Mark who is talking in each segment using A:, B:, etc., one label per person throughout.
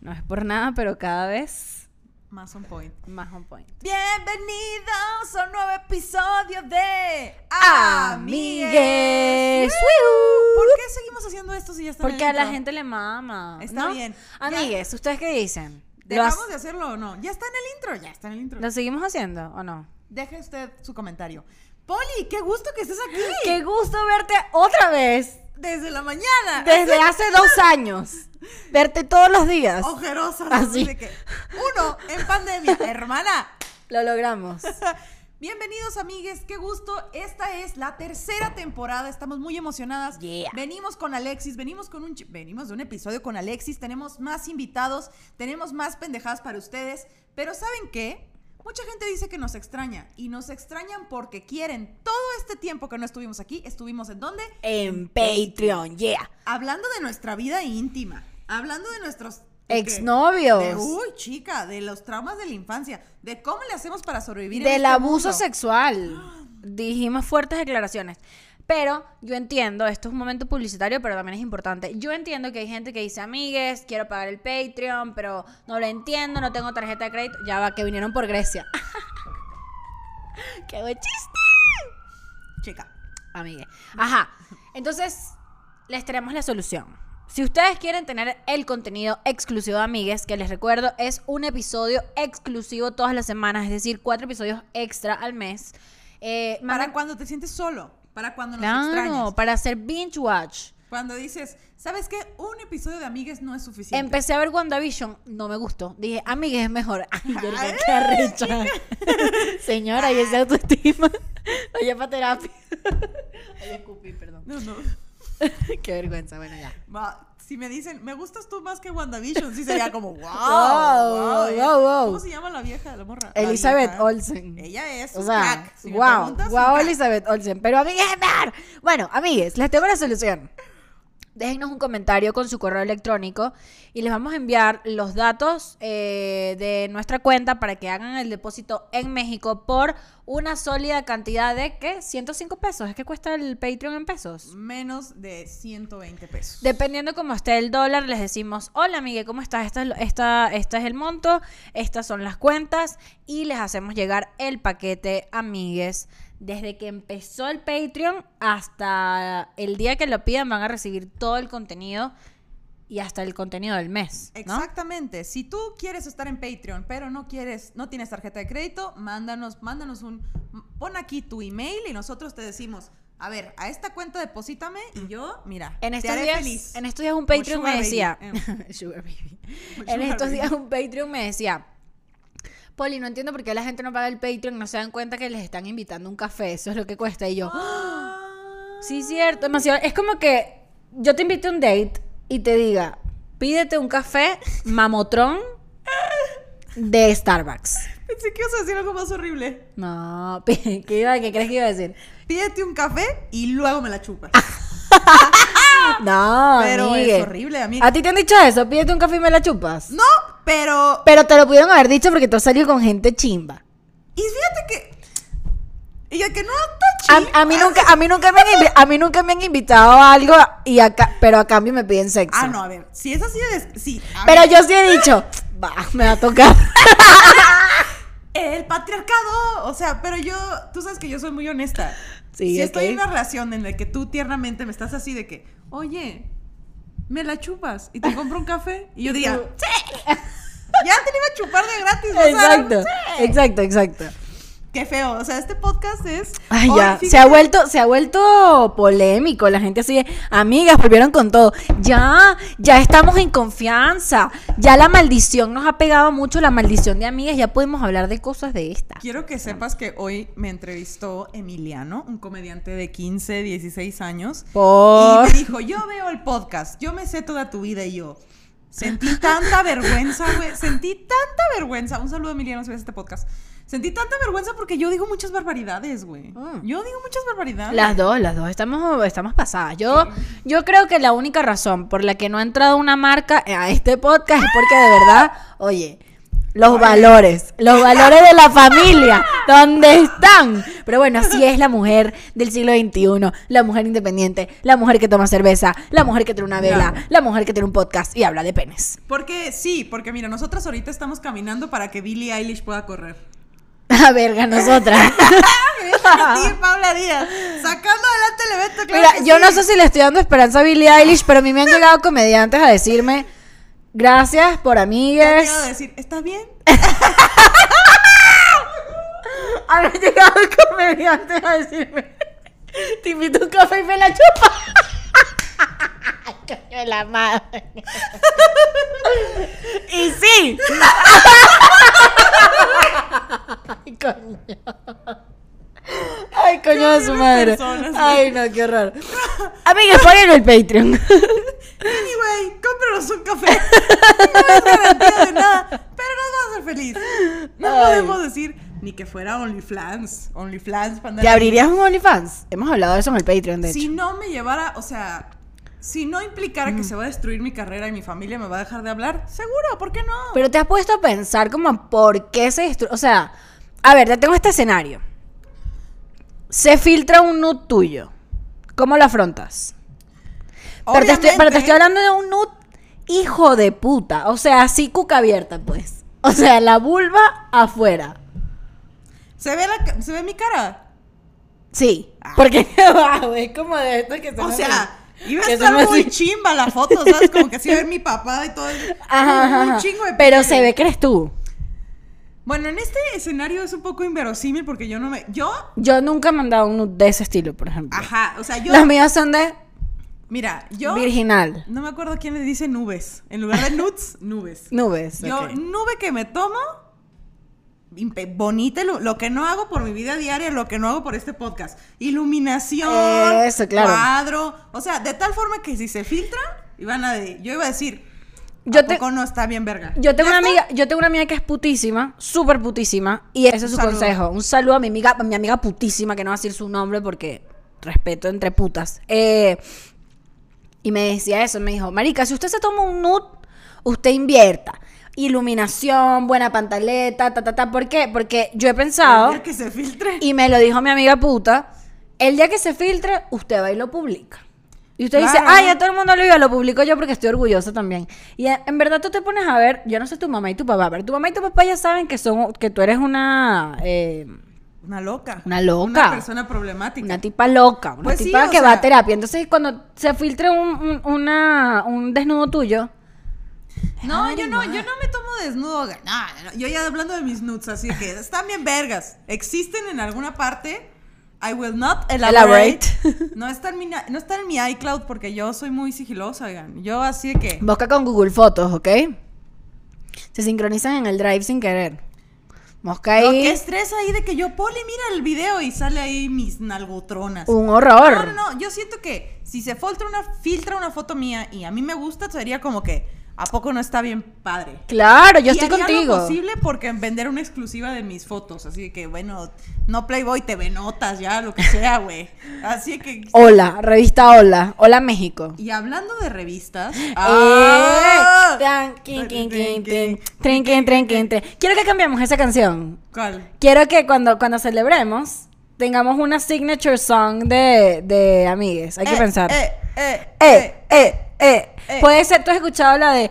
A: No es por nada, pero cada vez
B: Más on point.
A: más on point.
B: Bienvenidos a un nuevo episodio de
A: Amigues.
B: ¿Por qué seguimos haciendo esto si ya está en el
A: Porque a la
B: intro?
A: gente le mama.
B: Está
A: ¿no?
B: bien.
A: Amigues, ¿ustedes qué dicen? ¿Lo,
B: ¿Dejamos
A: hac-
B: de hacerlo o no? ¿Ya está en el intro? Ya está en el intro.
A: ¿Lo seguimos haciendo o no?
B: Deje usted su comentario. Poli, qué gusto que estés aquí.
A: ¡Qué gusto verte otra vez!
B: Desde la mañana.
A: Desde hace dos años. Verte todos los días.
B: Oh. Ojerosa.
A: Así.
B: de que- Uno, en pandemia. Hermana,
A: Lo logramos.
B: Bienvenidos amigues, qué gusto. Esta es la tercera temporada, estamos muy emocionadas.
A: Yeah.
B: Venimos con Alexis, venimos con un chi- venimos de un episodio con Alexis, tenemos más invitados, tenemos más pendejadas para ustedes, pero ¿saben qué? Mucha gente dice que nos extraña y nos extrañan porque quieren. Todo este tiempo que no estuvimos aquí, estuvimos en dónde?
A: En Patreon, yeah.
B: Hablando de nuestra vida íntima, hablando de nuestros ¿de qué?
A: Exnovios.
B: De- Uy, chica, de los traumas de la infancia, de cómo le hacemos para sobrevivir en
A: Del
B: este
A: abuso
B: mundo.
A: sexual. Dijimos fuertes declaraciones. Pero yo entiendo, esto es un momento publicitario, pero también es importante. Yo entiendo que hay gente que dice, amigues, quiero pagar el Patreon, pero no lo entiendo, no tengo tarjeta de crédito. Ya va, que vinieron por Grecia. ¡Qué buen chiste!
B: Chica.
A: Amigue. Ajá. Entonces, les tenemos la solución. Si ustedes quieren tener el contenido exclusivo de Amigues, que les recuerdo es un episodio exclusivo todas las semanas, es decir, cuatro episodios extra al mes. Eh,
B: Para
A: mandan-
B: cuando te sientes solo, para cuando nos
A: claro,
B: extrañas.
A: para hacer binge watch.
B: Cuando dices, ¿sabes qué? Un episodio de amigues no es suficiente.
A: Empecé a ver WandaVision, no me gustó. Dije, Amigues es mejor. Ay, yo
B: Ay,
A: qué arrecha. Señora, y esa autoestima. Vaya para terapia. Ay, escupí, perdón.
B: No, no.
A: qué vergüenza, bueno, ya.
B: Va, si me dicen, me gustas tú más que WandaVision, sí sería como, wow.
A: Wow,
B: wow, eh".
A: wow, wow.
B: ¿Cómo se llama la vieja de la morra? La
A: Elizabeth
B: vieja.
A: Olsen.
B: ¿eh? Ella es
A: O
B: un
A: sea,
B: crack. Si me
A: wow,
B: preguntas,
A: wow,
B: un crack.
A: Elizabeth Olsen. Pero amigues, mar. bueno, amigues, les tengo la solución. Déjennos un comentario con su correo electrónico y les vamos a enviar los datos eh, de nuestra cuenta para que hagan el depósito en México por una sólida cantidad de, ¿qué? 105 pesos. ¿Es que cuesta el Patreon en pesos?
B: Menos de 120 pesos.
A: Dependiendo cómo esté el dólar, les decimos, hola Miguel, ¿cómo estás? Esta, es lo- esta, esta es el monto, estas son las cuentas y les hacemos llegar el paquete amigues. Desde que empezó el Patreon hasta el día que lo pidan van a recibir todo el contenido y hasta el contenido del mes. ¿no?
B: Exactamente. Si tú quieres estar en Patreon, pero no quieres, no tienes tarjeta de crédito, mándanos, mándanos un, pon aquí tu email y nosotros te decimos, a ver, a esta cuenta deposítame y yo, mira,
A: En
B: te
A: estos,
B: haré
A: días,
B: feliz.
A: en estos días un
B: Como
A: Patreon
B: Sugar
A: me
B: Baby.
A: decía,
B: Eh.
A: Sugar Baby.
B: Como
A: en
B: Sugar
A: estos
B: Baby.
A: días un Patreon me decía, Poli, no entiendo por qué la gente no paga el Patreon, no se dan cuenta que les están invitando un café, eso es lo que cuesta. Y yo,
B: Ah,
A: sí, cierto, demasiado. Es como que yo te invite a un date y te diga, pídete un café mamotrón de Starbucks.
B: Pensé que ibas a decir algo más horrible.
A: No, ¿qué, iba, ¿qué crees que iba a decir?
B: Pídete un café y luego me la chupas.
A: No,
B: Pero es
A: Ah, amigue.
B: horrible, amiga.
A: ¿A ti te han dicho eso? Pídete un café y me la chupas.
B: No, pero
A: Pero te lo pudieron haber dicho porque tú has salido con gente chimba.
B: y fíjate que y yo que no está
A: A, a mí nunca, a mí nunca me han invi- a mí nunca me han invitado a algo y a ca- pero a cambio me piden sexo.
B: Ah, no, a ver, si es así de des- sí. a
A: Pero
B: ver.
A: yo sí he dicho, va, me va a tocar.
B: El patriarcado, o sea, pero yo, tú sabes que yo soy muy honesta.
A: Sí,
B: si
A: ok.
B: estoy en una relación en la que tú tiernamente me estás así de que, oye, me la chupas y te compro un café, y yo diría,
A: tú-
B: "Sí". ya te la iba a chupar de gratis, o sea,
A: Exacto, exacto, exacto.
B: qué feo, o sea, este podcast es...
A: Ay,
B: Oye,
A: ya, se
B: fíjate-
A: ha vuelto, se ha vuelto polémico, la gente así, de, amigas, volvieron con todo. Ya, ya estamos en confianza. Ya la maldición nos ha pegado mucho, la maldición de amigas, ya podemos hablar de cosas de esta.
B: Quiero que sepas que hoy me entrevistó Emiliano, un comediante de 15, 16 años.
A: Por-
B: Y me dijo, yo veo el podcast, yo me sé toda tu vida y yo. Sentí tanta vergüenza, güey. Sentí tanta vergüenza. Un saludo, Emiliano, si ves este podcast. Sentí tanta vergüenza porque yo digo muchas barbaridades, güey.
A: Mm.
B: Yo digo muchas barbaridades.
A: Las dos, las dos estamos, estamos pasadas. Yo, yo creo que la única razón por la que no ha entrado una marca a este podcast es porque de verdad, oye, Los valores, los valores de la familia, ¿dónde están? Pero bueno, así es la mujer del siglo XXI, la mujer independiente, la mujer que toma cerveza, la mujer que tiene una vela,
B: Claro.
A: la mujer que tiene un podcast y habla de penes.
B: Porque sí, porque mira, nosotras ahorita estamos caminando para que Billie Eilish pueda correr.
A: A verga, nosotras.
B: Sí, Paula Díaz, sacando adelante el evento, claro
A: Mira,
B: que
A: yo
B: sí.
A: no sé si le estoy dando esperanza a Billie Eilish, pero a mí me han llegado comediantes a decirme gracias por
B: Te
A: amigues.
B: iba a decir, ¿estás bien?
A: Han llegado comediantes a decirme te invito a un café y me la chupa. Ay, coño de la madre. y sí. Ay, coño. Ay, coño de su
B: horribles
A: madre.
B: personas, ¿no?
A: Ay, no, qué horror. ¿eh? Amigas, pongan el Patreon.
B: Anyway, cómpranos un café. No es garantía de nada, pero nos va a hacer feliz. No
A: Ay.
B: podemos decir ni que fuera OnlyFans. OnlyFans, para andar
A: ¿Te
B: ahí.
A: abrirías un OnlyFans? Hemos hablado de eso en el Patreon, de hecho. Mm.
B: Si no me llevara, o sea, si no implicara que se va a destruir mi carrera y mi familia me va a dejar de hablar, seguro, ¿por qué no?
A: Pero te has puesto a pensar como por qué se destruye. O sea, a ver, ya tengo este escenario. Se filtra un nude tuyo. ¿Cómo lo afrontas? Pero te, estoy, pero te estoy hablando de un nude hijo de puta. O sea, así cuca abierta, pues. O sea, la vulva afuera.
B: ¿Se ve, la ca- ¿Se ve mi cara?
A: Sí. Porque abajo es como de esto que se
B: O
A: me-
B: sea, iba a
A: que
B: estar
A: se me-
B: muy chimba la foto, ¿sabes? Como que así ver mi papá y todo.
A: Ajá, ajá,
B: un
A: ajá.
B: chingo de
A: Pero
B: pene.
A: se ve que eres tú.
B: Bueno, en este escenario es un poco inverosímil porque yo no me. Yo.
A: Yo nunca he mandado un nude de ese estilo, por ejemplo.
B: Ajá, o sea, yo.
A: Los míos son de
B: Mira, yo.
A: virginal.
B: No me acuerdo quién le dice nubes. En lugar de nudes, nubes.
A: Nubes.
B: Yo,
A: ok.
B: nube que me tomo, impe- bonita, ilu- lo que no hago por mi vida diaria, lo que no hago por este podcast. Iluminación,
A: Eso, claro.
B: cuadro, o sea, de tal forma que si se filtra, iban a de- yo iba a decir,
A: Yo
B: yo
A: te-
B: no está bien verga.
A: Yo tengo
B: ¿Ya
A: una
B: está?
A: amiga, yo tengo una amiga que es putísima, súper putísima, y ese es su
B: saludo.
A: consejo. Un saludo a mi amiga, a mi amiga putísima, que no va a decir su nombre porque respeto entre putas. Eh, y me decía eso, me dijo, Marica, si usted se toma un nude, usted invierta. Iluminación, buena pantaleta, ta, ta, ta. ¿Por qué? Porque yo he pensado,
B: El día que se filtre.
A: y me lo dijo mi amiga puta, el día que se filtre, usted va y lo publica. Y usted dice,
B: Claro.
A: ay, ya todo el mundo lo vio, lo publico yo porque estoy orgullosa también. Y eh, en en verdad tú te pones a ver, yo no sé tu mamá y tu papá, pero tu mamá y tu papá ya saben que son, que tú eres una, eh,
B: Una loca.
A: Una loca.
B: Una persona problemática.
A: una tipa loca, una
B: Pues sí,
A: tipa
B: o
A: que va a
B: sea.
A: terapia. Entonces cuando se filtre un, un- una, un desnudo tuyo,
B: No,
A: Ay,
B: yo no,
A: ma.
B: yo no me tomo desnudo. ga- No, no, yo ya hablando de mis nudes, así que están bien vergas. Existen en alguna parte. I will not elaborate.
A: Elaborate.
B: No está en mi, na- no está en mi iCloud porque yo soy muy sigilosa, oigan. Yo así de que.
A: busca con Google Fotos, ¿ok? Se sincronizan en el drive sin querer. Mosca
B: Lo
A: ahí,
B: que estrés ahí de que yo, Poli, mira el video y sale ahí mis nalgotronas.
A: un horror.
B: No, no, no, yo siento que si se filtra una, filtra una foto mía y a mí me gusta, sería como que, ¿a poco no está bien padre?
A: Claro, yo
B: Y
A: estoy
B: haría
A: contigo.
B: Lo posible porque vender una exclusiva de mis fotos, así que bueno, no Playboy TV notas ya, lo que sea, güey. Así que
A: Hola, revista Hola, Hola México.
B: y hablando de revistas,
A: ¡Eh!
B: ¡ah!
A: Tan, quin, quin, quin, tin, trin, quin, trin, quin, trin. Quiero que cambiamos esa canción.
B: ¿Cuál?
A: Quiero que cuando, cuando celebremos tengamos una signature song de, de amigues. Hay que
B: Eh,
A: pensar. Eh,
B: Eh, eh,
A: eh,
B: eh.
A: eh,
B: eh.
A: Puede ser, tú has escuchado la de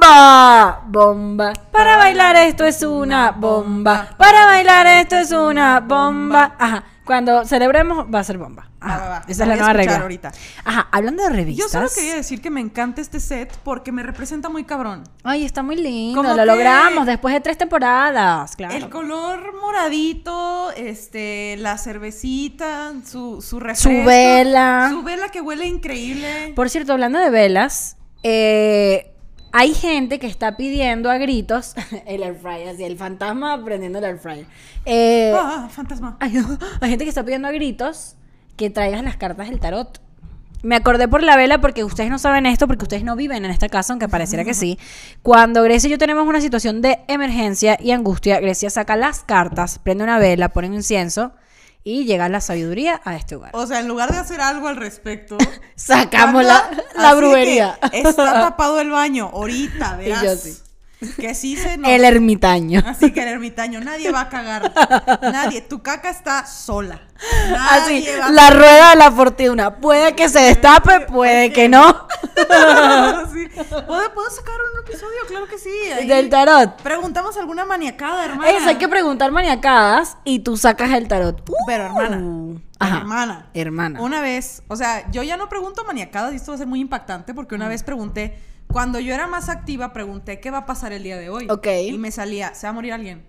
A: Bomba, bomba. Para bailar esto es una bomba. Para bailar esto es una bomba. Ajá. Cuando celebremos va a ser bomba. Ajá.
B: Va, va, va.
A: ah, Esa es la
B: Lo voy a
A: nueva
B: escuchar
A: regla.
B: ahorita.
A: Ajá. Hablando de
B: Yo
A: revistas.
B: solo quería decir que me encanta este set porque me representa muy cabrón.
A: Ay, está muy lindo.
B: Como
A: Lo
B: que-
A: logramos después de tres temporadas. Claro.
B: El color moradito, este, la cervecita, su, su
A: Su
B: refresco.
A: vela.
B: Su vela que huele increíble.
A: Por cierto, hablando de velas, eh, hay gente que está pidiendo a gritos el air fryer, así, el fantasma prendiendo el air fryer. Eh,
B: Ah, fantasma.
A: hay, hay gente que está pidiendo a gritos que traigas las cartas del tarot. Me acordé por la vela porque ustedes no saben esto, porque ustedes no viven en esta casa, aunque pareciera que sí. Cuando Grecia y yo tenemos una situación de emergencia y angustia, Grecia saca las cartas, prende una vela, pone un incienso y llega la sabiduría a este hogar.
B: O sea, en lugar de hacer algo al respecto,
A: Sacamos la,
B: anda,
A: la
B: así de
A: brujería.
B: que Está tapado el baño, ahorita, verás.
A: yo sí.
B: que sí se nos...
A: El ermitaño.
B: Así que el ermitaño, nadie va a cagar. Nadie. Tu caca está sola.
A: Así,
B: Nadie va a
A: la rueda de la fortuna. Puede que se destape, puede que no.
B: Sí. ¿Puedo, puedo sacar un episodio? Claro que sí. ahí.
A: Del tarot.
B: Preguntamos alguna maniacada, hermana.
A: Eso hay que preguntar maniacadas y tú sacas el tarot. Uh,
B: Pero, hermana,
A: Ajá.
B: Hermana.
A: Hermana.
B: Una vez, o sea, yo ya no pregunto maniacadas y esto va a ser muy impactante porque una vez pregunté, cuando yo era más activa, pregunté qué va a pasar el día de hoy.
A: Ok.
B: Y me salía, se va a morir alguien.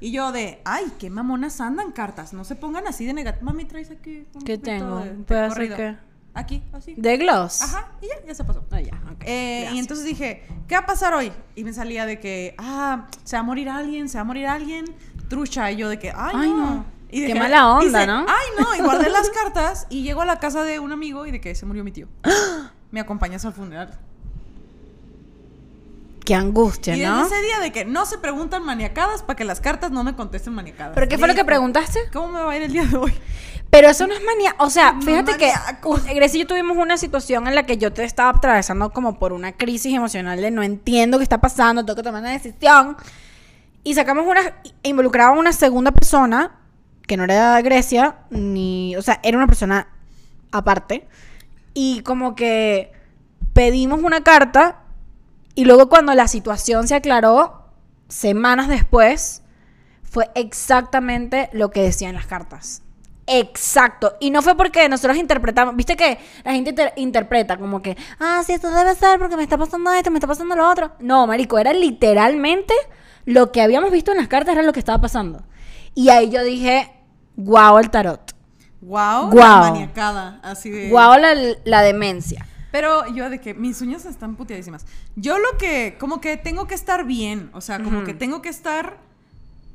B: Y yo de, ay, qué mamonas andan cartas, no se pongan así de negativo. Mami, traes aquí. un
A: ¿Qué
B: poquito
A: tengo?
B: de- de
A: ¿Puedo hacer
B: corrido.
A: qué?
B: Aquí, así.
A: De gloss.
B: Ajá, y ya, ya se pasó.
A: Ah, ya, ok.
B: Eh, y
A: Gracias.
B: entonces dije, ¿qué va a pasar hoy? Y me salía de que, ah, se va a morir alguien, se va a morir alguien, trucha. Y yo de que, ay,
A: Ay,
B: no.
A: no.
B: Y
A: Qué mala onda,
B: hice,
A: ¿no?
B: Ay, no. Y guardé las cartas y llego a la casa de un amigo y de que se murió mi tío. Me acompañas al funeral.
A: Qué angustia,
B: y desde
A: ¿no?
B: ese día de que no se preguntan maniacadas para que las cartas no me contesten maniacadas.
A: ¿Pero qué fue lo que
B: Listo.
A: preguntaste?
B: ¿Cómo me va a ir el día de hoy?
A: Pero eso no es manía. O sea, fíjate
B: Maníaco.
A: que uh, Grecia y yo tuvimos una situación en la que yo te estaba atravesando como por una crisis emocional de no entiendo qué está pasando, tengo que tomar una decisión. Y sacamos una. e Involucraba a una segunda persona que no era de Grecia, ni. O sea, era una persona aparte. Y como que pedimos una carta y luego cuando la situación se aclaró, semanas después, fue exactamente lo que decían las cartas. Exacto. Y no fue porque nosotros interpretamos, viste que la gente inter- interpreta como que, ah, sí, esto debe ser porque me está pasando esto, me está pasando lo otro. No, Marico, era literalmente lo que habíamos visto en las cartas, era lo que estaba pasando. Y ahí yo dije, wow, el tarot.
B: Wow.
A: Guau.
B: maniacada. Así de.
A: Wow, la, la demencia.
B: Pero yo de que mis uñas están puteadísimas. Yo lo que, como que tengo que estar bien, o sea, como
A: Ujú.
B: que tengo que estar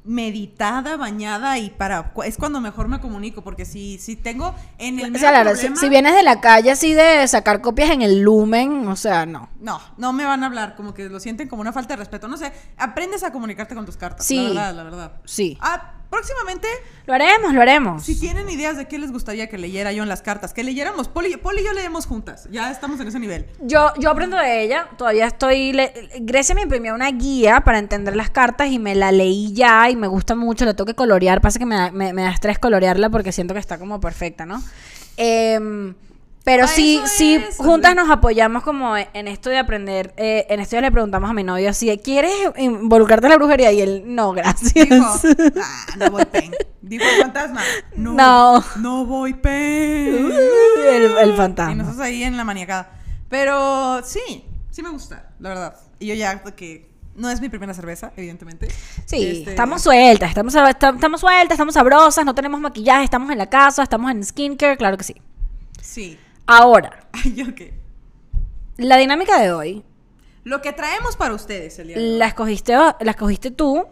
B: meditada, bañada y para, cu- es cuando mejor me comunico, porque si, si tengo en el
A: O sea,
B: mero
A: claro, si,
B: problema,
A: si vienes de la calle así de sacar copias en el lumen, o sea, no.
B: No, no me van a hablar, como que lo sienten como una falta de respeto, no sé, aprendes a comunicarte con tus cartas,
A: Sí.
B: la verdad, la verdad.
A: Sí.
B: Ah, próximamente,
A: Lo haremos, lo haremos.
B: si tienen ideas de qué les gustaría que leyera yo en las cartas, que leyéramos, Poli, Poli y yo leemos juntas, ya estamos en ese nivel.
A: Yo, yo aprendo de ella, todavía estoy... le- Grecia me imprimió una guía para entender las cartas y me la leí ya y me gusta mucho, la tengo que colorear, pasa que me da, me, me da estrés colorearla porque siento que está como perfecta, ¿no? Em, pero
B: Ah,
A: sí,
B: eso
A: sí,
B: es.
A: juntas nos apoyamos como en esto de aprender, eh, en esto ya le preguntamos a mi novio así, de, ¿quieres involucrarte en la brujería? Y él, no, gracias.
B: Dijo, ah, no voy pen. Dijo el fantasma, no,
A: No. Uh,
B: no, voy pen.
A: el, el
B: Y
A: fantasma.
B: nosotros ahí en la maniacada. Pero sí, sí me gusta, la verdad. Y yo ya, que no es mi primera cerveza, evidentemente.
A: Sí,
B: Este,
A: estamos sueltas, estamos, sab- esta- estamos sueltas, estamos sabrosas, no tenemos maquillaje, estamos en la casa, estamos en skincare, claro que sí.
B: Sí.
A: Ahora,
B: Ay, yo qué.
A: la dinámica de hoy
B: Lo que traemos para ustedes el día de hoy.
A: la escogiste, la escogiste tú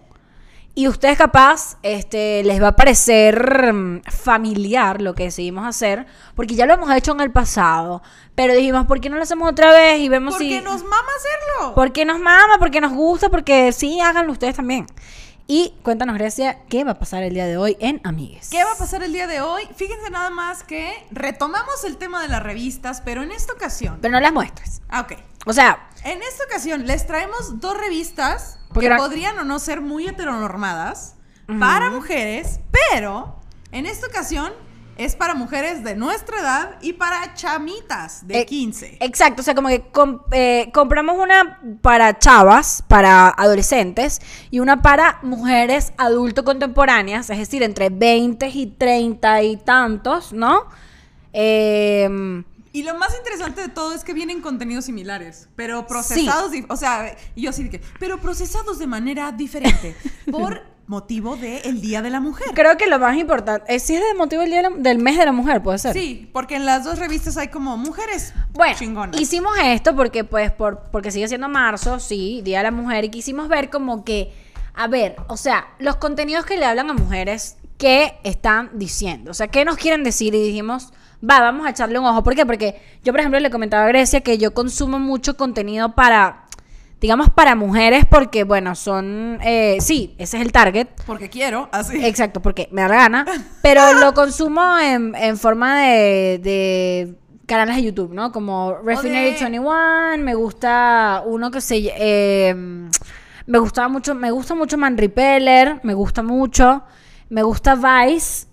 A: y ustedes capaz este, les va a parecer mm, familiar lo que decidimos hacer, porque ya lo hemos hecho en el pasado, pero dijimos, ¿por qué no lo hacemos otra vez? Y vemos
B: Porque
A: si...
B: nos mama hacerlo.
A: Porque nos mama, porque nos gusta, porque sí, háganlo ustedes también. Y cuéntanos, Grecia, ¿qué va a pasar el día de hoy en Amigues?
B: ¿Qué va a pasar el día de hoy? Fíjense nada más que retomamos el tema de las revistas, pero en esta ocasión.
A: Pero no las muestres.
B: Ah, ok.
A: O sea,
B: En esta ocasión les traemos dos revistas
A: Porque
B: que
A: era-
B: podrían o no ser muy heteronormadas
A: Ujú.
B: para mujeres, pero en esta ocasión es para mujeres de nuestra edad y para chamitas de
A: Eh,
B: 15.
A: exacto, o sea, como que com- eh, compramos una para chavas, para adolescentes, y una para mujeres adulto contemporáneas, es decir, entre 20 y 30 y tantos, ¿no? Em,
B: y lo más interesante de todo es que vienen contenidos similares, pero procesados, dif- o sea, y yo así de que, pero procesados de manera diferente por motivo del Día de la Mujer.
A: creo que lo más importante, es si es de motivo del, día de la- del mes de la mujer, puede ser.
B: Sí, porque en las dos revistas hay como mujeres
A: Bueno,
B: chingonas.
A: hicimos esto porque, pues, por, porque sigue siendo marzo, sí, Día de la Mujer, y quisimos ver como que, a ver, o sea, los contenidos que le hablan a mujeres, ¿qué están diciendo? O sea, ¿qué nos quieren decir? Y dijimos, va, vamos a echarle un ojo. ¿Por qué? Porque yo, por ejemplo, le comentaba a Grecia que yo consumo mucho contenido para, digamos, para mujeres, porque, bueno, son, eh, sí, ese es el target.
B: Porque quiero, así.
A: Exacto, porque me da la gana. Pero lo consumo en, en forma de, de canales de YouTube, ¿no? Como Refinery21, me gusta uno que se... ll- eh, Me gustaba mucho, me gusta mucho Man Repeller, me gusta mucho. Me gusta Vice,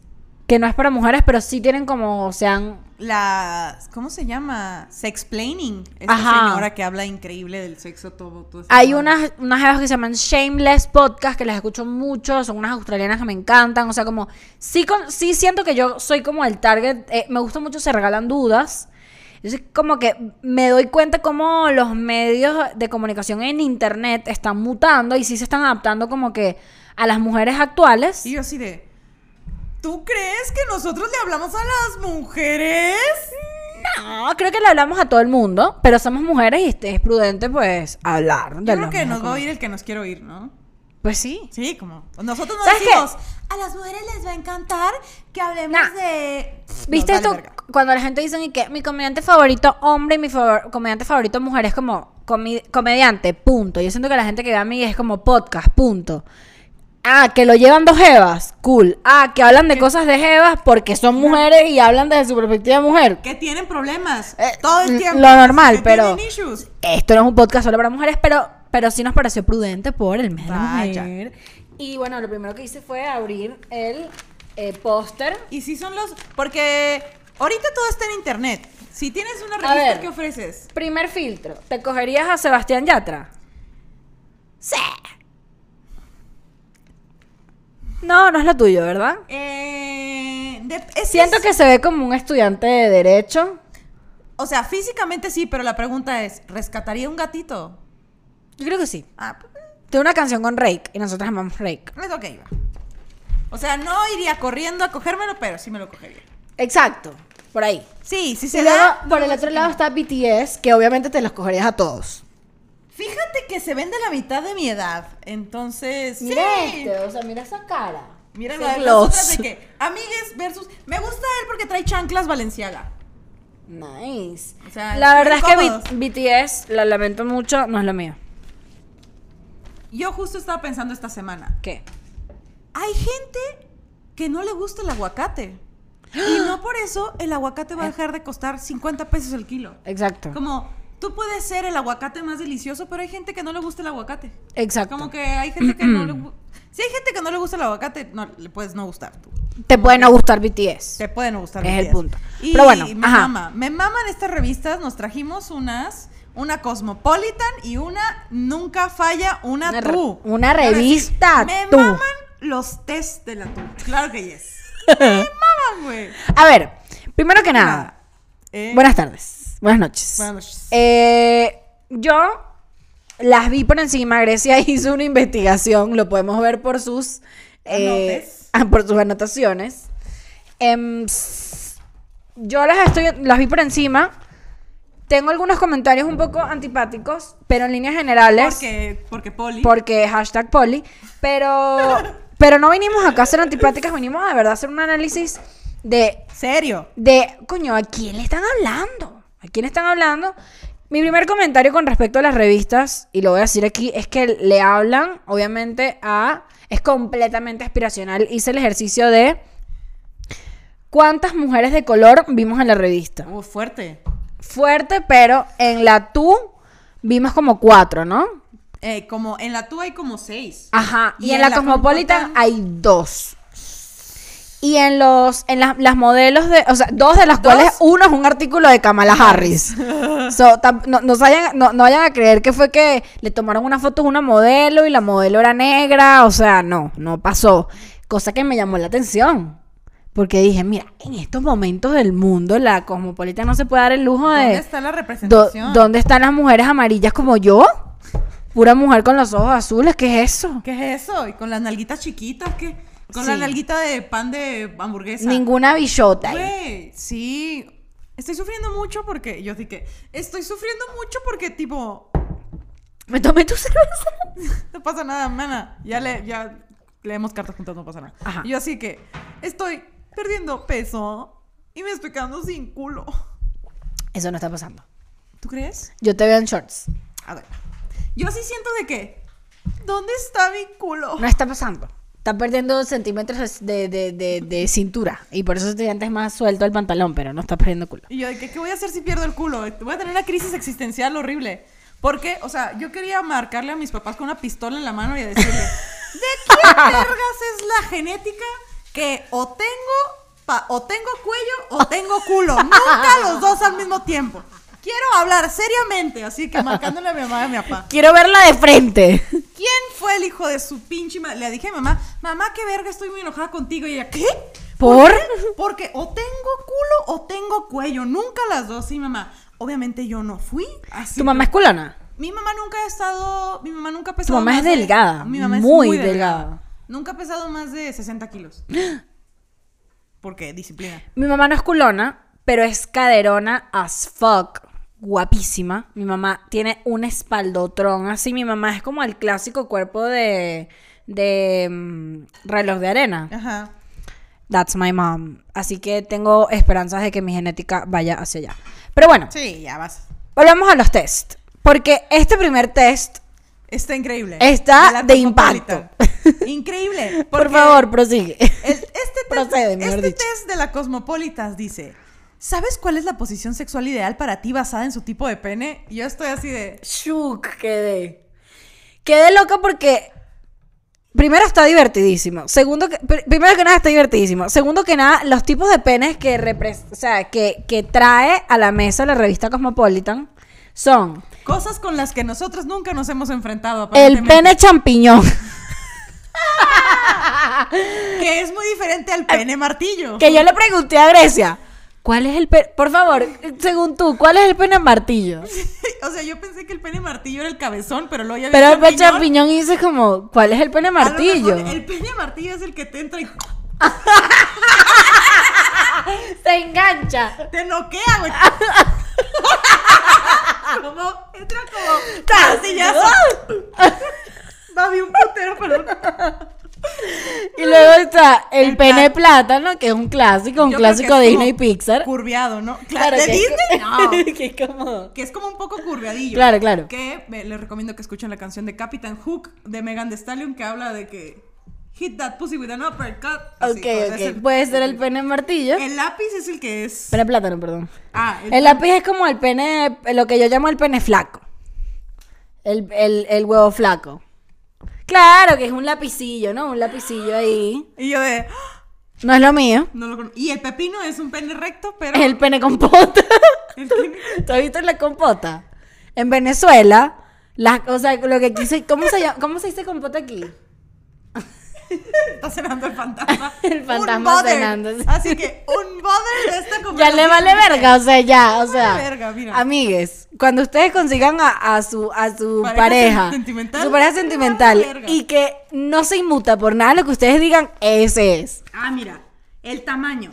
A: que no es para mujeres, pero sí tienen como, se han
B: La. ¿Cómo se llama? Sexplaining. Esta
A: Ajá.
B: señora que habla increíble del sexo todo. todo ese
A: Hay
B: rollo.
A: unas, unas jevas que se llaman Shameless Podcast, que las escucho mucho, son unas australianas que me encantan, o sea, como, sí, con, sí siento que yo soy como el target, eh, me gusta mucho, se regalan dudas, entonces como que me doy cuenta como los medios de comunicación en internet están mutando y sí se están adaptando como que a las mujeres actuales.
B: Y yo así de. ¿Tú crees que nosotros le hablamos a las mujeres?
A: No, creo que le hablamos a todo el mundo, pero somos mujeres y este, es prudente pues hablar. de
B: Yo creo
A: los
B: que
A: mismos
B: nos va a
A: como-
B: oír el que nos quiere oír, ¿no?
A: Pues sí.
B: Sí, como. pues Nosotros nos
A: ¿Sabes qué?
B: decimos. A las mujeres les va a encantar que hablemos
A: Nah.
B: de.
A: ¿Viste
B: Nos
A: esto?
B: vale verga.
A: Cuando la gente dice "Y que mi comediante favorito hombre y mi favor- comediante favorito mujer es como comi- comediante, punto. Yo siento que la gente que ve a mí es como podcast, punto. Ah, que lo llevan dos jevas, cool. Ah, que hablan de cosas de jevas porque son mujeres y hablan desde su perspectiva de mujer.
B: Que tienen problemas.
A: Eh,
B: todo el
A: l-
B: tiempo.
A: lo normal,
B: que
A: pero-
B: Tienen issues.
A: Esto no es un podcast solo para mujeres, pero, pero sí nos pareció prudente por el mes de la
B: Vaya.
A: mujer. Y bueno, lo primero que hice fue abrir el eh, póster.
B: Y si son los. Porque ahorita todo está en internet. Si tienes una
A: A
B: revista
A: ver.
B: que ofreces.
A: Primer filtro, ¿te cogerías a Sebastián Yatra? Sí. No, no es lo tuyo, ¿verdad?
B: eh, de- es que
A: Siento
B: es-
A: que se ve como un estudiante de derecho.
B: O sea, físicamente sí, pero la pregunta es: ¿rescataría un gatito?
A: Yo creo que sí.
B: Ah, pues,
A: Tiene una canción con Rake y nosotras amamos Rake.
B: es lo que iba. O sea, no iría corriendo a cogérmelo, pero sí me lo cogería.
A: Exacto, por ahí.
B: Sí, sí se
A: Y luego,
B: da. pues,
A: por el otro lado está BTS, que obviamente te los cogerías a todos.
B: Fíjate que se vende la mitad de mi edad. Entonces.
A: Mira
B: sí.
A: este, o sea, mira esa cara.
B: Mira
A: Ese
B: la de
A: gloss.
B: nosotras de que amigues versus. Me gusta él porque trae chanclas Valenciaga.
A: Nice.
B: O sea,
A: la verdad es que
B: incómodos.
A: B- BTS, lo lamento mucho, no es lo mío.
B: Yo justo estaba pensando esta semana.
A: ¿Qué?
B: Hay gente que no le gusta el aguacate. Y no por eso el aguacate va a dejar de costar 50 pesos el kilo.
A: Exacto.
B: Como tú puedes ser el aguacate más delicioso, pero hay gente que no le gusta el aguacate.
A: Exacto.
B: Como que hay gente que no le gu- Si hay gente que no le gusta el aguacate, no le puedes no gustar tú.
A: Te puede no gustar BTS.
B: Te pueden gustar.
A: Es
B: BTS.
A: el punto.
B: Y
A: Pero bueno,
B: me
A: ajá.
B: mama. Me maman estas revistas. Nos trajimos unas. Una Cosmopolitan y una Nunca Falla, una,
A: Una re-
B: Tú.
A: una
B: Ahora sí,
A: revista
B: Me
A: Tú.
B: maman los test de la Tú. Claro que yes. Me maman, güey.
A: A ver, primero que nada,
B: Eh,
A: buenas tardes, buenas noches.
B: Buenas noches.
A: Eh, yo las vi por encima. Grecia hizo una investigación, lo podemos ver por sus, eh,
B: Anotes.
A: ah, por sus anotaciones. Em, s- yo las, estoy, las vi por encima. Tengo algunos comentarios un poco antipáticos, pero en líneas generales.
B: Porque, porque Poli.
A: porque hashtag poli, pero, pero no vinimos acá a hacer antipáticas, vinimos de verdad a hacer un análisis de,
B: Serio.
A: de, coño, ¿a quién le están hablando? ¿A quién le están hablando? Mi primer comentario con respecto a las revistas, y lo voy a decir aquí, es que le hablan, obviamente, a... Es completamente aspiracional. Hice el ejercicio de... ¿Cuántas mujeres de color vimos en la revista?
B: Uh, fuerte.
A: Fuerte, pero en la tú vimos como cuatro, ¿no?
B: Eh, como en la Tú hay como seis.
A: Ajá. Y,
B: Y
A: en,
B: en
A: la,
B: la
A: Cosmopolitan
B: Cosmopolitan-
A: hay dos. Y en los, en las, las modelos de, o sea, dos de las
B: Dos.
A: cuales uno es un artículo de Kamala Harris. So, tam- no, no se vayan- no- no vayan a creer que fue que le tomaron una foto a una modelo y la modelo era negra. O sea, no, no pasó. Cosa que me llamó la atención. Porque dije, mira, en estos momentos del mundo, la Cosmopolitan no se puede dar el lujo de.
B: ¿Dónde está la
A: Do-
B: representación?
A: ¿Dónde están las mujeres amarillas como yo? Pura mujer con los ojos azules, ¿qué es eso?
B: ¿Qué es eso? Y con las nalguitas chiquitas, ¿qué? Con
A: Sí.
B: la nalguita de pan de hamburguesa.
A: Ninguna bichota. ahí.
B: Güey, sí. Estoy sufriendo mucho porque. Yo dije, estoy sufriendo mucho porque, tipo,
A: Me tomé tu cerveza.
B: no pasa nada, mana. Ya le, ya leemos cartas juntas, no pasa nada.
A: Ajá.
B: Y Yo así que estoy perdiendo peso y me estoy quedando sin culo.
A: Eso no está pasando.
B: ¿Tú crees?
A: Yo te veo en shorts.
B: A ver. Yo sí siento de que. ¿Dónde está mi culo?
A: No está pasando. Está perdiendo centímetros de, de- de- de cintura. Y por eso te antes más suelto el pantalón, pero no estás perdiendo culo.
B: Y yo de que, ¿qué voy a hacer si pierdo el culo? Voy a tener una crisis existencial horrible. Porque, o sea, yo quería marcarle a mis papás con una pistola en la mano y a decirle, ¿de quién vergas es la genética que o tengo, pa- o tengo cuello o tengo culo? Nunca los dos al mismo tiempo. Quiero hablar seriamente, así que marcándole a mi mamá y a mi papá.
A: Quiero verla de frente.
B: ¿Quién fue el hijo de su pinche madre? Le dije a mi mamá, mamá, qué verga, estoy muy enojada contigo. Y ella, ¿qué?
A: ¿Por?
B: qué? Porque o tengo culo o tengo cuello. Nunca las dos. Y mamá, obviamente yo no fui. Así
A: ¿Tu mamá es culona?
B: Mi mamá nunca ha estado. Mi mamá nunca ha pesado.
A: mamá es
B: más de-
A: delgada,
B: mi mamá es
A: muy
B: muy, delgada.
A: delgada.
B: Nunca ha pesado más de 60 kilos. Porque disciplina.
A: Mi mamá no es culona, pero es caderona as fuck. Guapísima. Mi mamá tiene un espaldotrón así. Mi mamá es como el clásico cuerpo de. de. mm, reloj de arena.
B: Ajá.
A: That's my mom. Así que tengo esperanzas de que mi genética vaya hacia allá. Pero bueno,
B: Sí, ya vas.
A: volvamos a los test. Porque este primer test.
B: Está increíble.
A: Está
B: la
A: de impacto.
B: Cosmopolitan. Increíble.
A: Por
B: porque
A: favor, prosigue.
B: el- este test,
A: Procede, mejor
B: este
A: dicho.
B: test de la Cosmopolitas dice: ¿Sabes cuál es la posición sexual ideal para ti basada en su tipo de pene? Y Yo estoy así de.
A: Shook quedé. Quedé loca porque. Primero está divertidísimo. Segundo que, pr- primero que nada está divertidísimo. Segundo que nada, los tipos de penes que, repres- o sea, que, que trae a la mesa la revista Cosmopolitan son
B: Cosas con las que nosotros nunca nos hemos enfrentado.
A: el
B: aparentemente.
A: pene champiñón.
B: Que es muy diferente al pene martillo.
A: Que yo le pregunté a Grecia, ¿cuál es el pene? Por favor, según tú, ¿cuál es el pene martillo?
B: O sea, yo pensé que el pene martillo era el cabezón, pero luego ya vi
A: Pero el pene
B: champiñón.
A: champiñón dice como, ¿cuál es el pene
B: A lo mejor
A: martillo?
B: El pene martillo es el que te entra y
A: Se engancha.
B: te noquea, güey. como, entra como
A: ¡Tasillazo!
B: martillazo. Babi, un putero, perdón.
A: Y luego está el,
B: El
A: pene plátano, que es un clásico, un
B: Yo creo que
A: clásico
B: es
A: de
B: como
A: Disney y Pixar.
B: Curviado, ¿no? Claro, ¿De
A: que-
B: Disney? No.
A: que es como...
B: Que es como un poco curviadillo.
A: Claro, claro.
B: Que me- les recomiendo que escuchen la canción de Captain Hook de Megan Thee Stallion que habla de que hit that pussy with an uppercut.
A: ok,
B: Así, o sea,
A: ok.
B: es el-
A: Puede ser el pene martillo. El...
B: El lápiz es el que es.
A: Pene plátano, perdón.
B: Ah, el-
A: El lápiz es como el pene, lo que yo llamo el pene flaco. El, el- el huevo flaco. Claro, que es un lapicillo, ¿no? Un lapicillo ahí.
B: y yo de. ¡ah!
A: No es lo mío.
B: No lo con- Y el pepino es un pene recto, pero.
A: Es el pene compota.
B: el pene-
A: ¿Tú has visto la compota? En Venezuela, las, o sea, lo que aquí se, ¿cómo se llama- cómo se dice compota aquí?
B: Está cenando el fantasma.
A: El
B: Un
A: fantasma
B: bother.
A: cenando, sí.
B: Así que un bother de esta
A: Ya
B: conversación.
A: le vale verga, o sea, ya, o
B: vale
A: sea.
B: verga, mira.
A: Amigues, cuando ustedes consigan a, a su, a su
B: Pareja
A: pareja,
B: sentimental,
A: su pareja
B: le vale
A: sentimental,
B: verga.
A: y que no se inmuta por nada lo que ustedes digan, ese es.
B: Ah, mira. El tamaño.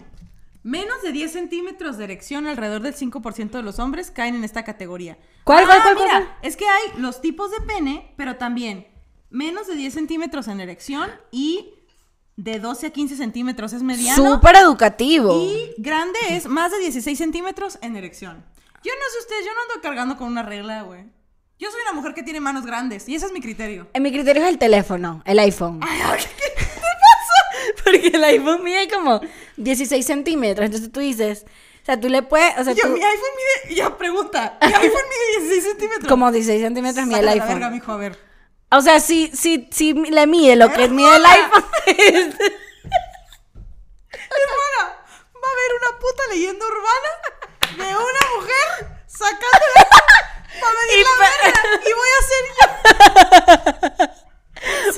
B: Menos de 10 centímetros de erección, alrededor del 5% de los hombres caen en esta categoría.
A: ¿Cuál,
B: ah,
A: cuál, cuál, cuál,
B: mira,
A: cuál?
B: Es que hay los tipos de pene, pero también menos de 10 centímetros en erección y de 12 a 15 centímetros es mediano.
A: Súper educativo.
B: Y grande es más de 16 centímetros en erección. Yo no sé ustedes, yo no ando cargando con una regla, güey. Yo soy una mujer que tiene manos grandes y ese es mi criterio.
A: En mi criterio es el teléfono, el iPhone. Porque el iPhone mide como 16 centímetros. Entonces tú dices, o sea, tú le puedes, o sea,
B: Yo,
A: tú-
B: mi iPhone mide, ya pregunta, mi iPhone mide 16 centímetros.
A: como 16 centímetros mide el
B: Sácate la
A: iPhone.
B: verga, mijo, a ver.
A: O sea, si, si, si le mide lo que mide el iPhone. es-
B: Hermana, va a haber una puta leyenda urbana de una mujer sacando el iPhone
A: Y pe-
B: para medir la verga y voy a hacer yo.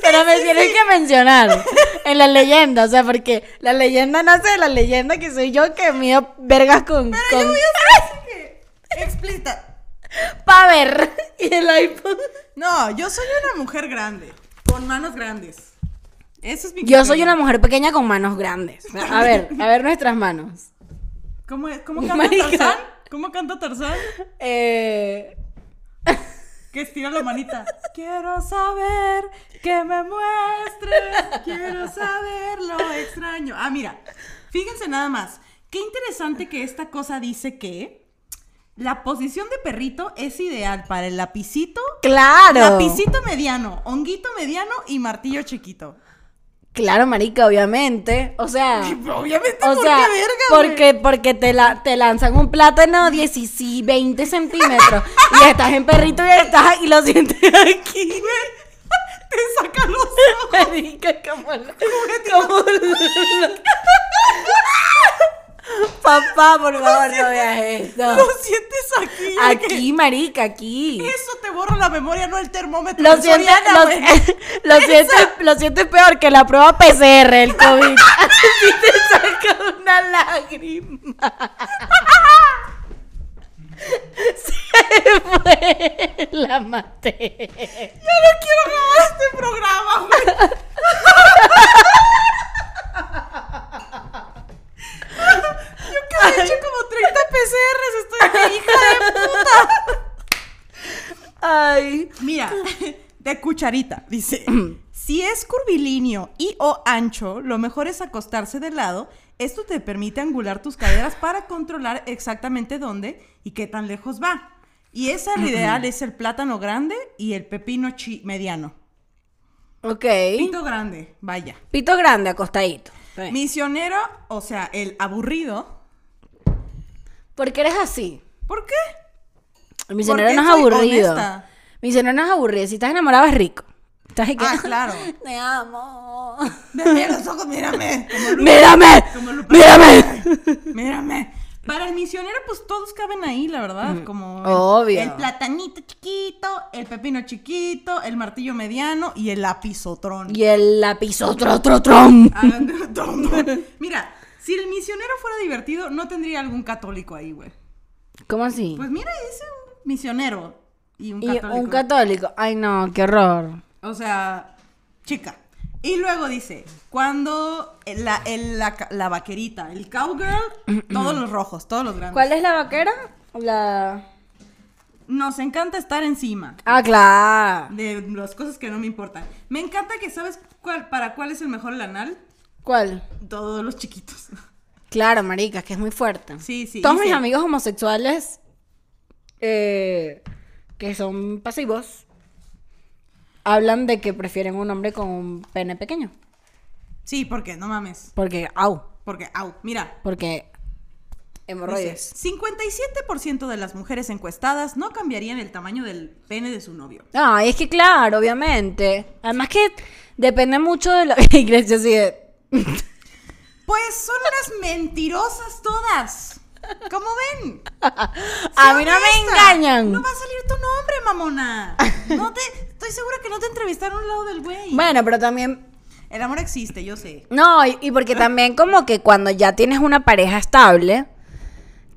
A: Pero me tienes que mencionar en la leyenda, o sea, porque la leyenda nace de la leyenda que soy yo que mido vergas con,
B: Yo
A: con
B: voy a hacer así que- Explícita.
A: paver y el iPhone.
B: No, yo soy una mujer grande, con manos grandes. Eso es mi
A: Yo
B: criterio.
A: soy una mujer pequeña con manos grandes. A ver, a ver nuestras manos.
B: ¿Cómo, es- cómo canta
A: Marica.
B: Tarzán? ¿Cómo canta Tarzán?
A: Eh,
B: Que estira la manita. Quiero saber que me muestres. Quiero saber lo extraño. Ah, mira. Fíjense nada más. Qué interesante que esta cosa dice que la posición de perrito es ideal para el lapicito,
A: claro.
B: lapicito mediano, honguito mediano y martillo chiquito.
A: Claro, marica, obviamente. O sea,
B: Obviamente,
A: o
B: ¿por
A: sea,
B: qué verga, güey?
A: porque, porque te, la, te lanzan un plátano 17, 20 centímetros y estás en perrito y estás y lo sientes aquí.
B: Te sacan los
A: Marica, como la- como la- Papá, por favor, no veas
B: Lo
A: esto.
B: sientes aquí.
A: Aquí, marica, aquí.
B: que Eso te borra la memoria, no el termómetro.
A: Lo
B: de
A: sientes,
B: Soriana,
A: lo,
B: güey.
A: lo sientes- lo sientes peor que la prueba PCR, el COVID. Así te saca una lágrima. Se fue la maté.
B: Quiero grabar este programa, güey. Yo que he hecho como 30 PCRs, estoy aquí, hija de puta.
A: Ay.
B: Mira, de cucharita, dice. Si es curvilíneo y o ancho, lo mejor es acostarse de lado. Esto te permite angular tus caderas para controlar exactamente dónde y qué tan lejos va. Y esa el ideal es el plátano grande y el pepino chi- mediano.
A: Ok.
B: Pito grande, vaya.
A: Pito grande, acostadito.
B: Misionero, o sea, el aburrido.
A: ¿Por qué eres así?
B: ¿Por qué?
A: El misionero
B: qué
A: no es
B: soy
A: aburrido.
B: honesta?
A: Misionero no es aburrido. Si estás enamorado es rico. Estás ahí que-
B: Ah, claro.
A: Te amo.
B: Mírame los ojos, mírame. Como Lu-
A: ¡Mírame!
B: como Lupita.
A: ¡Mírame!
B: Mírame. Para el misionero, pues todos caben ahí, la verdad. Como el-
A: obvio.
B: el platanito chiquito, el pepino chiquito, el martillo mediano y el lapizotrón.
A: Y el lapizotrotron.
B: Ah, no. Mira, si el misionero fuera divertido, no tendría algún católico ahí, güey.
A: ¿Cómo así?
B: Pues mira, dice un misionero y un
A: y
B: católico.
A: un católico. Ay, no, qué horror.
B: O sea, chica. Y luego dice, cuando el- la, el- la, ca- la vaquerita, el cowgirl, todos los rojos, todos los grandes.
A: ¿Cuál es la vaquera? La.
B: Nos encanta estar encima
A: Ah, claro.
B: de las cosas que no me importan. Me encanta que sabes cuál, para cuál es el mejor el anal.
A: ¿Cuál?
B: Todos los chiquitos.
A: Claro, marica, es que es muy fuerte.
B: Sí, sí,
A: Todos
B: y
A: mis
B: sí.
A: amigos homosexuales eh, que son pasivos hablan de que prefieren un hombre con un pene pequeño.
B: Sí, porque no mames.
A: Porque, au,
B: Porque, au, mira.
A: porque hemorroides.
B: Dice, 57% de las mujeres encuestadas no cambiarían el tamaño del pene de su novio.
A: Ay, es que claro, obviamente. Además que depende mucho de la iglesia, así de-
B: Pues son unas mentirosas todas. ¿Cómo ven?
A: A mí no me
B: honesta.
A: engañan.
B: No va a salir tu nombre, mamona. No te, estoy segura que no te entrevistaron al lado del güey.
A: Bueno, pero también
B: El amor existe, yo sé.
A: No, y, y porque también como que cuando ya tienes una pareja estable,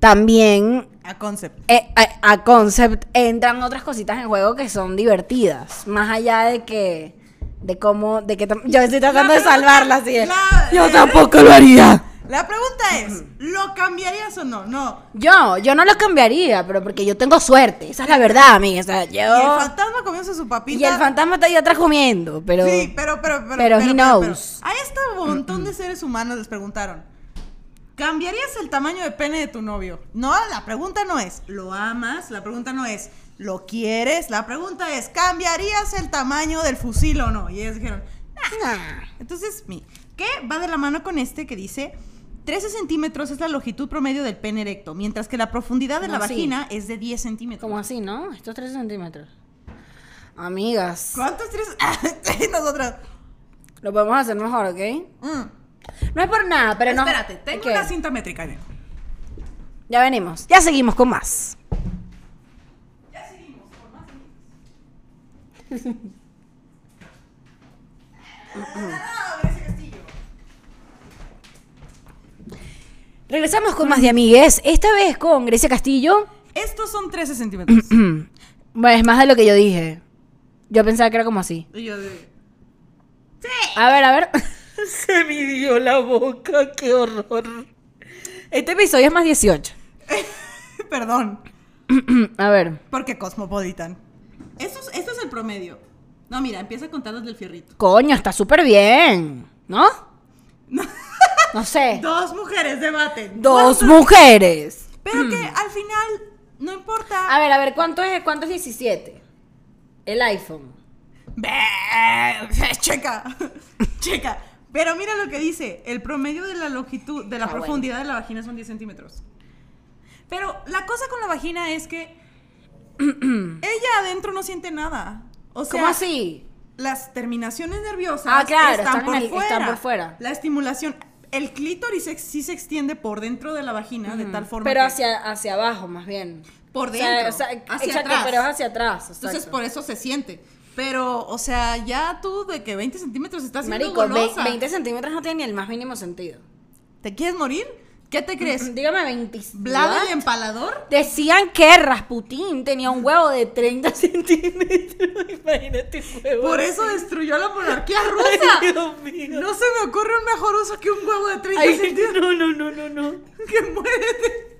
A: también
B: A concept.
A: eh, a, a concept entran otras cositas en juego que son divertidas, más allá de que de cómo de que tam- yo estoy tratando de
B: pregunta-
A: salvarla así. de,
B: la-
A: yo
B: eh,
A: tampoco lo haría.
B: La pregunta es, ¿lo cambiarías o no? No.
A: Yo, yo no lo cambiaría, pero porque yo tengo suerte, esa es la verdad, amiga, o sea,
B: Y el
A: yo
B: fantasma comienza su papita.
A: y el fantasma está ahí atrás comiendo, pero
B: Sí, pero, pero, pero.
A: pero he
B: pero.
A: knows.
B: A este montón de seres humanos les preguntaron. ¿Cambiarías el tamaño de pene de tu novio? No, la pregunta no es, ¿lo amas? La pregunta no es, ¿lo quieres? La pregunta es, ¿cambiarías el tamaño del fusil o no? Y ellos dijeron,
A: nah.
B: Entonces, mi, ¿qué va de la mano con este que dice 13 centímetros es la longitud promedio del pene erecto, mientras que la profundidad de
A: ¿Cómo
B: la
A: así?
B: vagina es de 10 centímetros?
A: como así, ¿no? Estos tres centímetros. Amigas,
B: ¿Cuántos tres? Sí, Nosotros.
A: lo podemos hacer mejor, ¿ok?
B: Mm.
A: No es por nada, pero no.
B: Espérate, tengo
A: Ok,
B: una cinta métrica. Ven.
A: Ya venimos. Ya seguimos con más. Regresamos con más de amigues. Esta vez con Grecia Castillo.
B: Estos son 13 centímetros.
A: Bueno, es más de lo que yo dije. Yo pensaba que era como así.
B: y yo de...
A: A ver, a ver. Se midió la boca, qué horror. Este episodio es más 18.
B: Perdón,
A: a ver.
B: porque Cosmopolitan. Esto es, esto es el promedio. No, mira, empieza a contar desde el fierrito.
A: Coño, está súper bien. ¿No? No sé.
B: Dos mujeres debaten.
A: Dos mujeres.
B: Pero que al final no importa.
A: A ver, a ver, ¿cuánto es, cuánto es 17? El iPhone.
B: Ve- Checa, checa. Pero mira lo que dice, el promedio de la longitud, de la
A: Ah, bueno.
B: profundidad de la vagina son 10 centímetros. Pero la cosa con la vagina es que ella adentro no siente nada. O sea,
A: ¿Cómo así?
B: las terminaciones nerviosas
A: Ah, claro,
B: están,
A: están en
B: por
A: el- están
B: fuera.
A: por fuera.
B: La estimulación, el clítoris se- sí se extiende por dentro de la vagina de tal forma
A: Pero
B: que-
A: hacia, hacia abajo, más bien.
B: por
A: O sea,
B: dentro,
A: o sea,
B: hacia
A: exacto,
B: atrás.
A: pero es hacia atrás. exacto.
B: Entonces por eso se siente. Pero, o sea, ya tú de que 20 centímetros estás siendo
A: Marico, ve-
B: golosa.
A: 20 centímetros no tiene ni el más mínimo sentido.
B: ¿Te quieres morir? ¿Qué te crees?
A: Dígame 25.
B: ¿Vlad el empalador?
A: Decían que Rasputín tenía un huevo de 30 centímetros. Imagínate un huevo.
B: Por eso destruyó la monarquía rusa.
A: Dios mío.
B: No se me ocurre un mejor uso que un huevo de 30
A: Ay,
B: centímetros
A: no, no, no, no, no.
B: que muérete.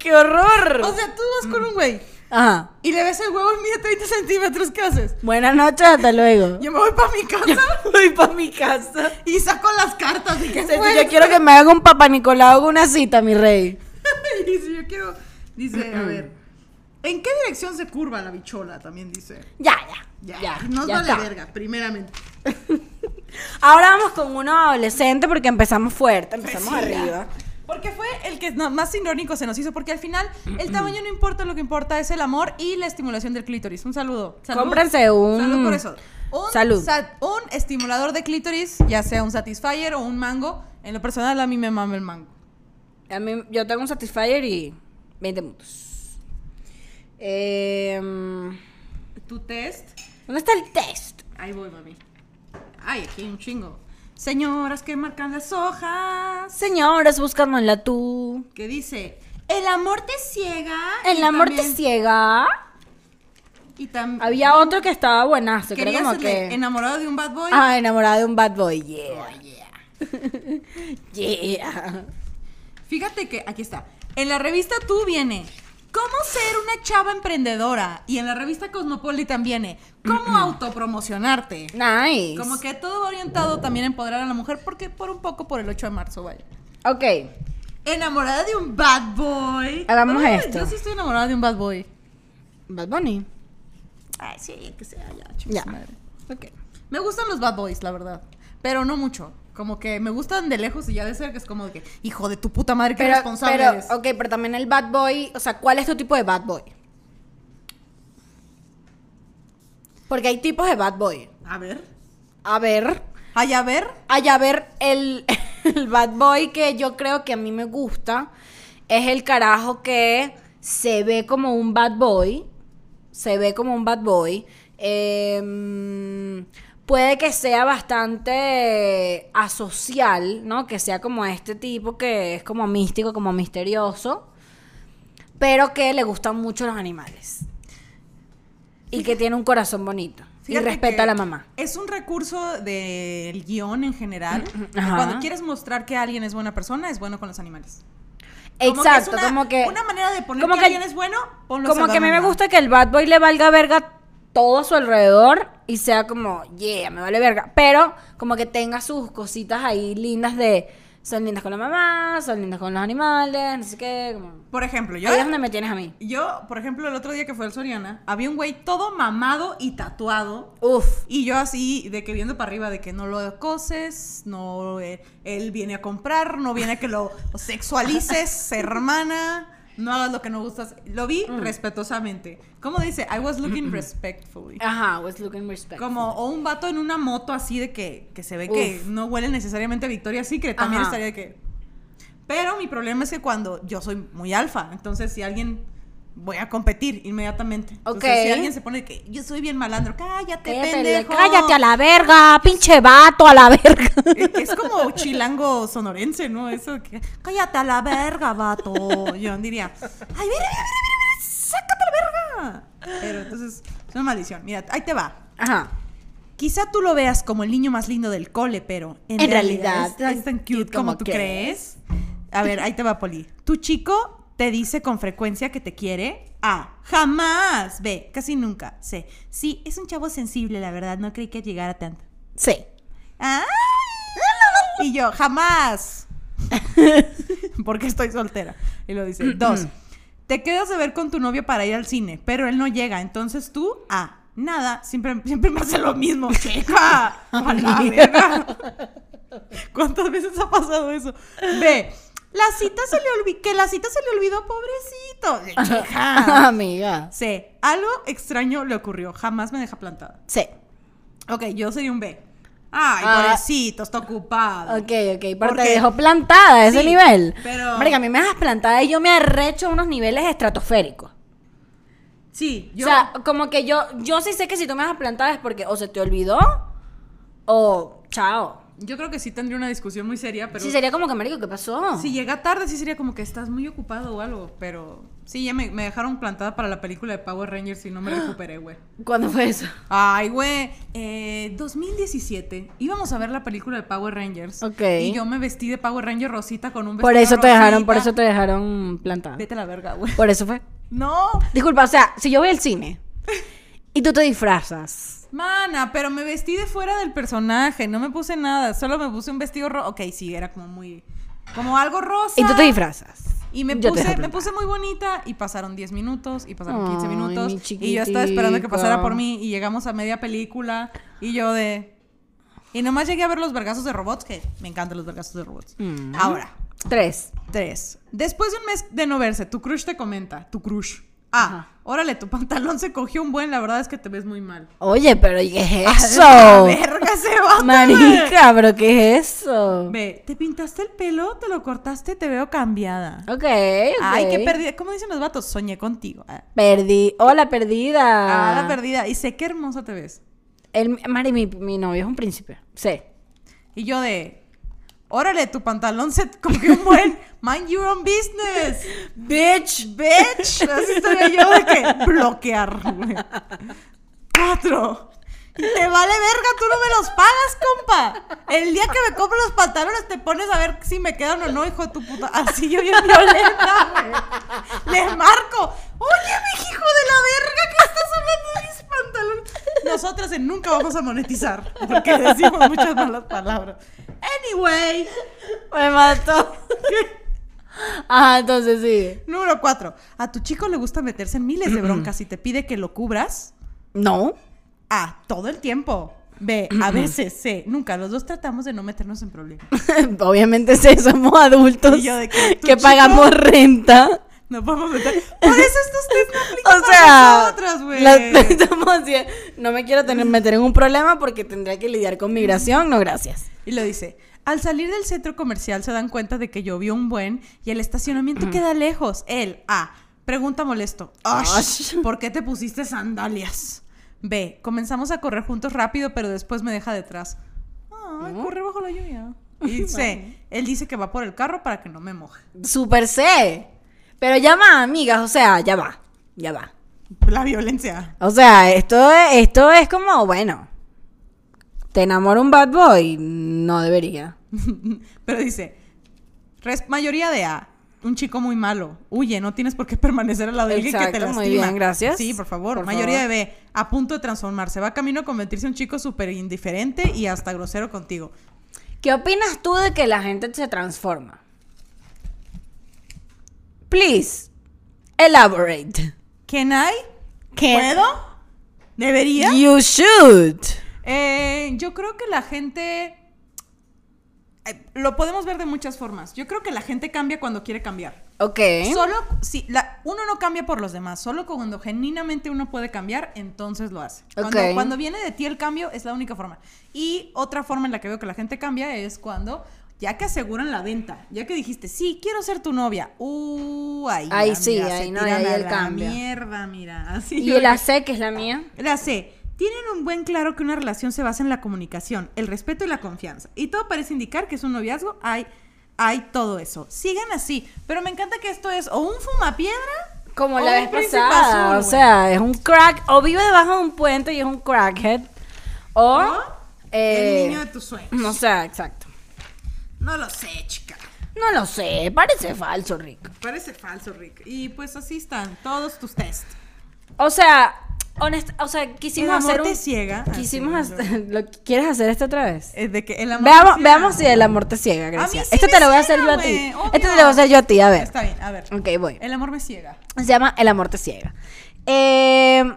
A: ¡Qué horror!
B: O sea, tú vas
A: Mm.
B: con un güey
A: Ajá.
B: y le ves el huevo y mide 30 centímetros. ¿Qué haces?
A: Buenas noches, hasta luego.
B: Yo me voy para mi casa
A: voy para mi casa.
B: y saco las cartas. ¿Y qué
A: Dice,
B: fue
A: yo quiero que me haga un papá Nicolau con una cita, mi rey.
B: Y dice, yo quiero. Dice, a ver. ¿En qué dirección se curva la bichola? También dice.
A: Ya, ya.
B: Ya,
A: Ya.
B: nos
A: ya
B: vale
A: está. Pues
B: verga, primeramente.
A: Ahora vamos con uno adolescente porque empezamos fuerte, empezamos
B: Pues sí, ya.
A: arriba.
B: Porque fue el que no- más irónico se nos hizo, porque al final el tamaño no importa, lo que importa es el amor y la estimulación del clítoris. Un saludo. Salud.
A: Cómprense un-
B: Salud por eso. Un,
A: Salud.
B: sa- un estimulador de clítoris, ya sea un Satisfyer o un mango. En lo personal, a mí me mama el mango.
A: A mí- yo tengo un Satisfyer y 20 minutos. Em,
B: ¿Tu test?
A: ¿Dónde está el test?
B: Ahí voy, mami. Ay, aquí hay un chingo. Señoras que marcan las hojas.
A: Señoras, buscando en la tú.
B: que dice, el amor te ciega.
A: El
B: y
A: amor te
B: también-
A: ciega.
B: Y también
A: Había otro que estaba buenazo, que era
B: querías
A: como
B: el
A: que...
B: de enamorado de un bad boy.
A: Ah, enamorada de un bad boy, yeah.
B: Oh,
A: yeah.
B: Fíjate que aquí está. En la revista Tú viene, ¿cómo ser una chava emprendedora? Y en la revista Cosmopolitan viene, ¿cómo autopromocionarte?
A: Nice.
B: Como que todo va orientado también a empoderar a la mujer, porque por un poco por el 8 de marzo, vaya.
A: Ok.
B: Enamorada de un bad boy.
A: Hagamos
B: Ay,
A: esto.
B: Yo sí estoy enamorada de un bad boy.
A: Bad Bunny.
B: Ay, sí, que sea, ya,
A: Ya.
B: ya. Me gustan los bad boys, la verdad. Pero no mucho. Como que me gustan de lejos y ya de cerca es como de que, hijo de tu puta madre, qué
A: Pero,
B: responsable
A: pero,
B: eres.
A: ok, pero también el bad boy, o sea, ¿cuál es tu tipo de bad boy? Porque hay tipos de bad boy.
B: A ver.
A: A ver,
B: Ay, a ver.
A: hay a ver, el, el bad boy que yo creo que a mí me gusta es el carajo que se ve como un bad boy. Se ve como un bad boy. Em, puede que sea bastante asocial, ¿no? Que sea como este tipo que es como místico, como misterioso. Pero que le gustan mucho los animales. Y que tiene un corazón bonito. Y
B: Fíjate
A: respeta
B: que
A: a la mamá.
B: Es un recurso del guión en general. que
A: Ajá.
B: Cuando quieres mostrar que alguien es buena persona, es bueno con los animales. Como que es
A: Exacto,
B: una-
A: como que.
B: Una manera de poner
A: como
B: que,
A: que-
B: alguien es bueno, ponlo a
A: Como que a mí me
B: salvar
A: gusta que el bad boy le valga verga todo a su alrededor y sea como, yeah, me vale verga. Pero como que tenga sus cositas ahí lindas de, son lindas con la mamá, son lindas con los animales, no sé qué. Como,
B: Por ejemplo, yo.
A: ahí es donde me tienes a mí.
B: Yo, por ejemplo, el otro día que fue al Soriana, había un güey todo mamado y tatuado.
A: Uf.
B: Y yo así, de que viendo para arriba, de que no lo coses, no, eh, él viene a comprar, no viene a que lo sexualices, hermana, no hagas lo que no gustas. Lo vi
A: Mm.
B: respetuosamente. ¿Cómo dice? I was looking respectfully.
A: Ajá, was looking respect.
B: Como, o un vato en una moto así de que, que se ve que
A: Uf.
B: no huele necesariamente a Victoria's Secret, también
A: Ajá.
B: estaría de que... Pero mi problema es que cuando yo soy muy alfa, entonces si alguien... Voy a competir inmediatamente. Entonces,
A: Ok.
B: si alguien se pone de que yo soy bien malandro, cállate,
A: Cállate,
B: este pendejo.
A: cállate a la verga, pinche vato a la verga.
B: Es como chilango sonorense, ¿no? Eso que. Cállate a la verga, vato. Yo diría. Ay, mira, mira, mira, mira, sácate a la verga. Pero entonces, es una maldición. Mira, ahí te va.
A: Ajá.
B: Quizá tú lo veas como el niño más lindo del cole, pero en,
A: En realidad,
B: es tan- es tan cute como, tú
A: que
B: crees. A ver, ahí te va, Poli. Tu chico te dice con frecuencia que te quiere. A. Jamás. B. Casi nunca. C. Sí, es un chavo sensible, la verdad. No creí que llegara tanto.
A: Sí.
B: ¡Ay! Y yo, jamás. Porque estoy soltera. Y lo dice. Dos. Te quedas de ver con tu novio para ir al cine, pero él no llega. Entonces tú, ah, nada. Siempre, siempre me hace lo mismo. Checa. A la verga. ¿Cuántas veces ha pasado eso? Ve, la cita se le olvidó, que la cita se le olvidó, pobrecito. Hija.
A: Amiga.
B: Sí, algo extraño le ocurrió, jamás me deja plantada.
A: Sí.
B: Ok, yo sería un B. Ay,
A: Ah.
B: pobrecito, está ocupado.
A: Ok, ok, pero
B: Porque-
A: te dejó plantada a ese
B: Sí,
A: nivel.
B: pero-
A: Marica, a mí me dejas plantada y yo me arrecho a unos niveles estratosféricos.
B: Sí, yo.
A: O sea, como que yo, yo sí sé que si tú me dejas plantada es porque o se te olvidó o chao.
B: yo creo que sí tendría una discusión muy seria, pero.
A: sí, sería como que, marico, ¿qué pasó?
B: Si llega tarde, sí sería como que estás muy ocupado o algo. Pero sí, ya me, me dejaron plantada para la película de Power Rangers y no me recuperé, güey.
A: ¿Cuándo fue eso?
B: Ay, güey. Eh, 2017. Íbamos a ver la película de Power Rangers.
A: Ok.
B: Y yo me vestí de Power Ranger rosita con un vestido.
A: Por eso te dejaron, por
B: rosita.
A: eso te dejaron plantada.
B: Vete a la verga, güey.
A: Por eso fue.
B: No,
A: Disculpa, o sea, si yo voy al cine y tú te disfrazas.
B: mana, pero me vestí de fuera del personaje. No me puse nada. Solo me puse un vestido rosa. Ok, sí, era como muy. Como algo rosa.
A: Y tú te disfrazas.
B: Y me
A: Yo te
B: puse,
A: dejo
B: me
A: plantada.
B: puse muy bonita y pasaron 10 minutos y pasaron 15
A: Ay, mi
B: minutos. Y yo estaba esperando que pasara
A: chiquitica.
B: por mí y llegamos a media película y yo de... Y nomás llegué a ver los vergazos de robots, que me encantan los vergazos de robots.
A: Mm.
B: Ahora,
A: Tres.
B: tres. Después de un mes de no verse, tu crush te comenta, tu crush. Ah,
A: Ajá.
B: órale, tu pantalón se cogió un buen, la verdad es que te ves muy mal.
A: Oye, pero ¿y ¿qué es
B: ¡A la
A: eso?
B: verga se va! pues.
A: Marica, pero ¿qué es eso?
B: Ve, ¿te pintaste el pelo? ¿Te lo cortaste? Te veo cambiada.
A: Ok, ok.
B: Ay, qué perdida. ¿Cómo dicen los vatos? Soñé contigo. Ah.
A: Perdí. Hola, perdida.
B: Ah, la perdida. Y sé qué hermosa te ves.
A: El, Mari, mi, mi novio es un príncipe. Sí.
B: Y yo de... Órale, tu pantalón se cogió un buen... Mind your own business. Bitch. Bitch. Así estaría yo de que... Bloquear, güey. Cuatro. Te vale verga, tú no me los pagas, compa. El día que me compro los pantalones te pones a ver si me quedan o no, hijo de tu puta. Así yo bien violenta, güey. Les marco. Oye, mi hijo de la verga, ¿qué estás hablando de mis pantalones? Nosotras en nunca vamos a monetizar porque decimos muchas malas palabras. Anyway,
A: Me mató. ah, entonces sí.
B: número cuatro. A tu chico le gusta meterse en miles de broncas y te pide que lo cubras.
A: No.
B: A. Todo el tiempo. B. A veces. C. Nunca. Los dos tratamos de no meternos en problemas.
A: Obviamente sí, somos adultos
B: Y yo de que, ¿tu
A: que
B: chico?
A: pagamos renta.
B: Nos vamos a meter. Por eso estos test no aplican
A: O sea,
B: para nosotras, güey.
A: la- estamos así, no me quiero tener, meter en un problema porque tendría que lidiar con migración, no gracias.
B: Y lo dice. Al salir del centro comercial se dan cuenta de que llovió un buen y el estacionamiento queda lejos. Él, A. Pregunta molesto. "Ash, ¿Por qué te pusiste sandalias? B. Comenzamos a correr juntos rápido, pero después me deja detrás. Ay, corre bajo la lluvia. Y C. Él dice que va por el carro para que no me moje.
A: Super C. Pero ya va, amigas, o sea, ya va, ya va.
B: La violencia.
A: O sea, esto, esto es como, bueno, te enamora un bad boy, no debería.
B: Pero dice, res- mayoría de A, un chico muy malo, huye, no tienes por qué permanecer al lado de alguien que te
A: Exacto,
B: lastima.
A: muy bien, gracias.
B: Sí, por favor.
A: Por
B: mayoría
A: favor.
B: de B, a punto de transformarse, va camino a convertirse en un chico súper indiferente y hasta grosero contigo.
A: ¿Qué opinas tú de que la gente se transforma? Please, elaborate.
B: ¿Can I?
A: Can-
B: ¿Puedo? ¿Debería?
A: You should.
B: Eh, yo creo que la gente... eh, Lo podemos ver de muchas formas. Yo creo que la gente cambia cuando quiere cambiar.
A: Ok.
B: Solo si la, uno no cambia por los demás, solo cuando genuinamente uno puede cambiar, entonces lo hace. Cuando,
A: Ok.
B: cuando viene de ti el cambio es la única forma. Y otra forma en la que veo que la gente cambia es cuando ya que aseguran la venta, ya que dijiste, sí, quiero ser tu novia. Uh, ahí,
A: Ahí
B: ya,
A: sí,
B: mira,
A: ahí
B: se
A: no,
B: tiran
A: ahí
B: a
A: el
B: la
A: cambio.
B: Mierda, mira. Así
A: Y
B: yo-
A: la C, que es la mía.
B: la C. Tienen un buen claro que una relación se basa en la comunicación, el respeto y la confianza. Y todo parece indicar que es un noviazgo. Hay, hay todo eso. Sigan así. Pero me encanta que esto es o un fumapiedra.
A: Como
B: o
A: la
B: un
A: vez
B: príncipe
A: pasada.
B: azul,
A: o
B: güey.
A: sea, es un crack. O vive debajo de un puente y es un crackhead. O.
B: O
A: eh,
B: el niño de tus sueños.
A: O sea, exacto.
B: No lo sé, chica.
A: No lo sé. Parece falso, Rick.
B: Parece falso, Rick. Y pues así están todos tus test.
A: O sea, honest, o sea, quisimos
B: El amor
A: hacer
B: te
A: un.
B: ciega. Ah,
A: Quisimos
B: sí,
A: hacer. ¿Lo quieres hacer esto otra vez?
B: Es de que el amor
A: Veamos,
B: te ciega.
A: veamos si el amor te ciega,
B: mí
A: gracias.
B: sí
A: Esto
B: me
A: te lo voy a hacer
B: ciega,
A: yo a ti.
B: güey,
A: Esto te lo
B: obvio.
A: voy a hacer yo a ti, a ver.
B: Está bien, a ver.
A: Ok, voy.
B: El amor me ciega.
A: Se llama El amor te ciega. Eh,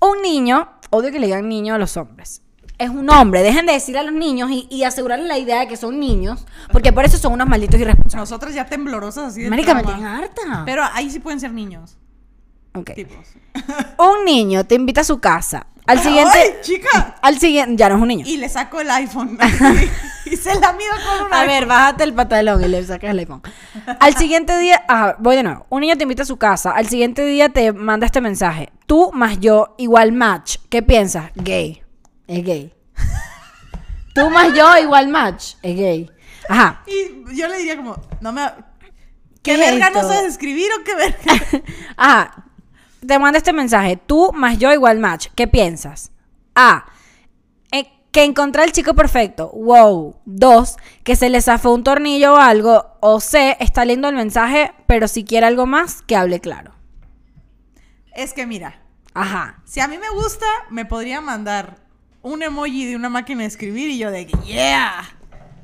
A: un niño, odio que le digan niño a los hombres, es un hombre. Dejen de decir a los niños y, y asegurarles la idea de que son niños, porque por eso son unos malditos irresponsables.
B: Nosotras ya temblorosas así de
A: Marica, me
B: trauma.
A: tienen harta.
B: Pero ahí sí pueden ser niños.
A: Ok.
B: Tipos.
A: Un niño te invita a su casa. Al siguiente.
B: ¡Ay, chica!
A: Al siguiente. Ya no es un niño.
B: Y le saco el iPhone. así, y se la mido con un
A: A
B: iPhone.
A: ver, bájate el pantalón y le sacas el iPhone. Al siguiente día, ajá, voy de nuevo. Un niño te invita a su casa. Al siguiente día te manda este mensaje. Tú más yo igual match. ¿Qué piensas? Gay. Es gay. Tú más yo igual match. Es gay. Ajá.
B: Y yo le diría como, no me...
A: ¿Qué
B: ¿Qué
A: es
B: verga no
A: esto?
B: sabes escribir o qué verga?
A: Ajá. Ah, Te manda este mensaje. Tú más yo igual match. ¿Qué piensas? A. Eh, que encontré el chico perfecto. Wow. Dos. Que se le zafó un tornillo o algo. O C. Está lindo el mensaje, pero si quiere algo más, que hable claro.
B: Es que mira,
A: Ajá.
B: si a mí me gusta, me podría mandar un emoji de una máquina de escribir y yo de que, yeah,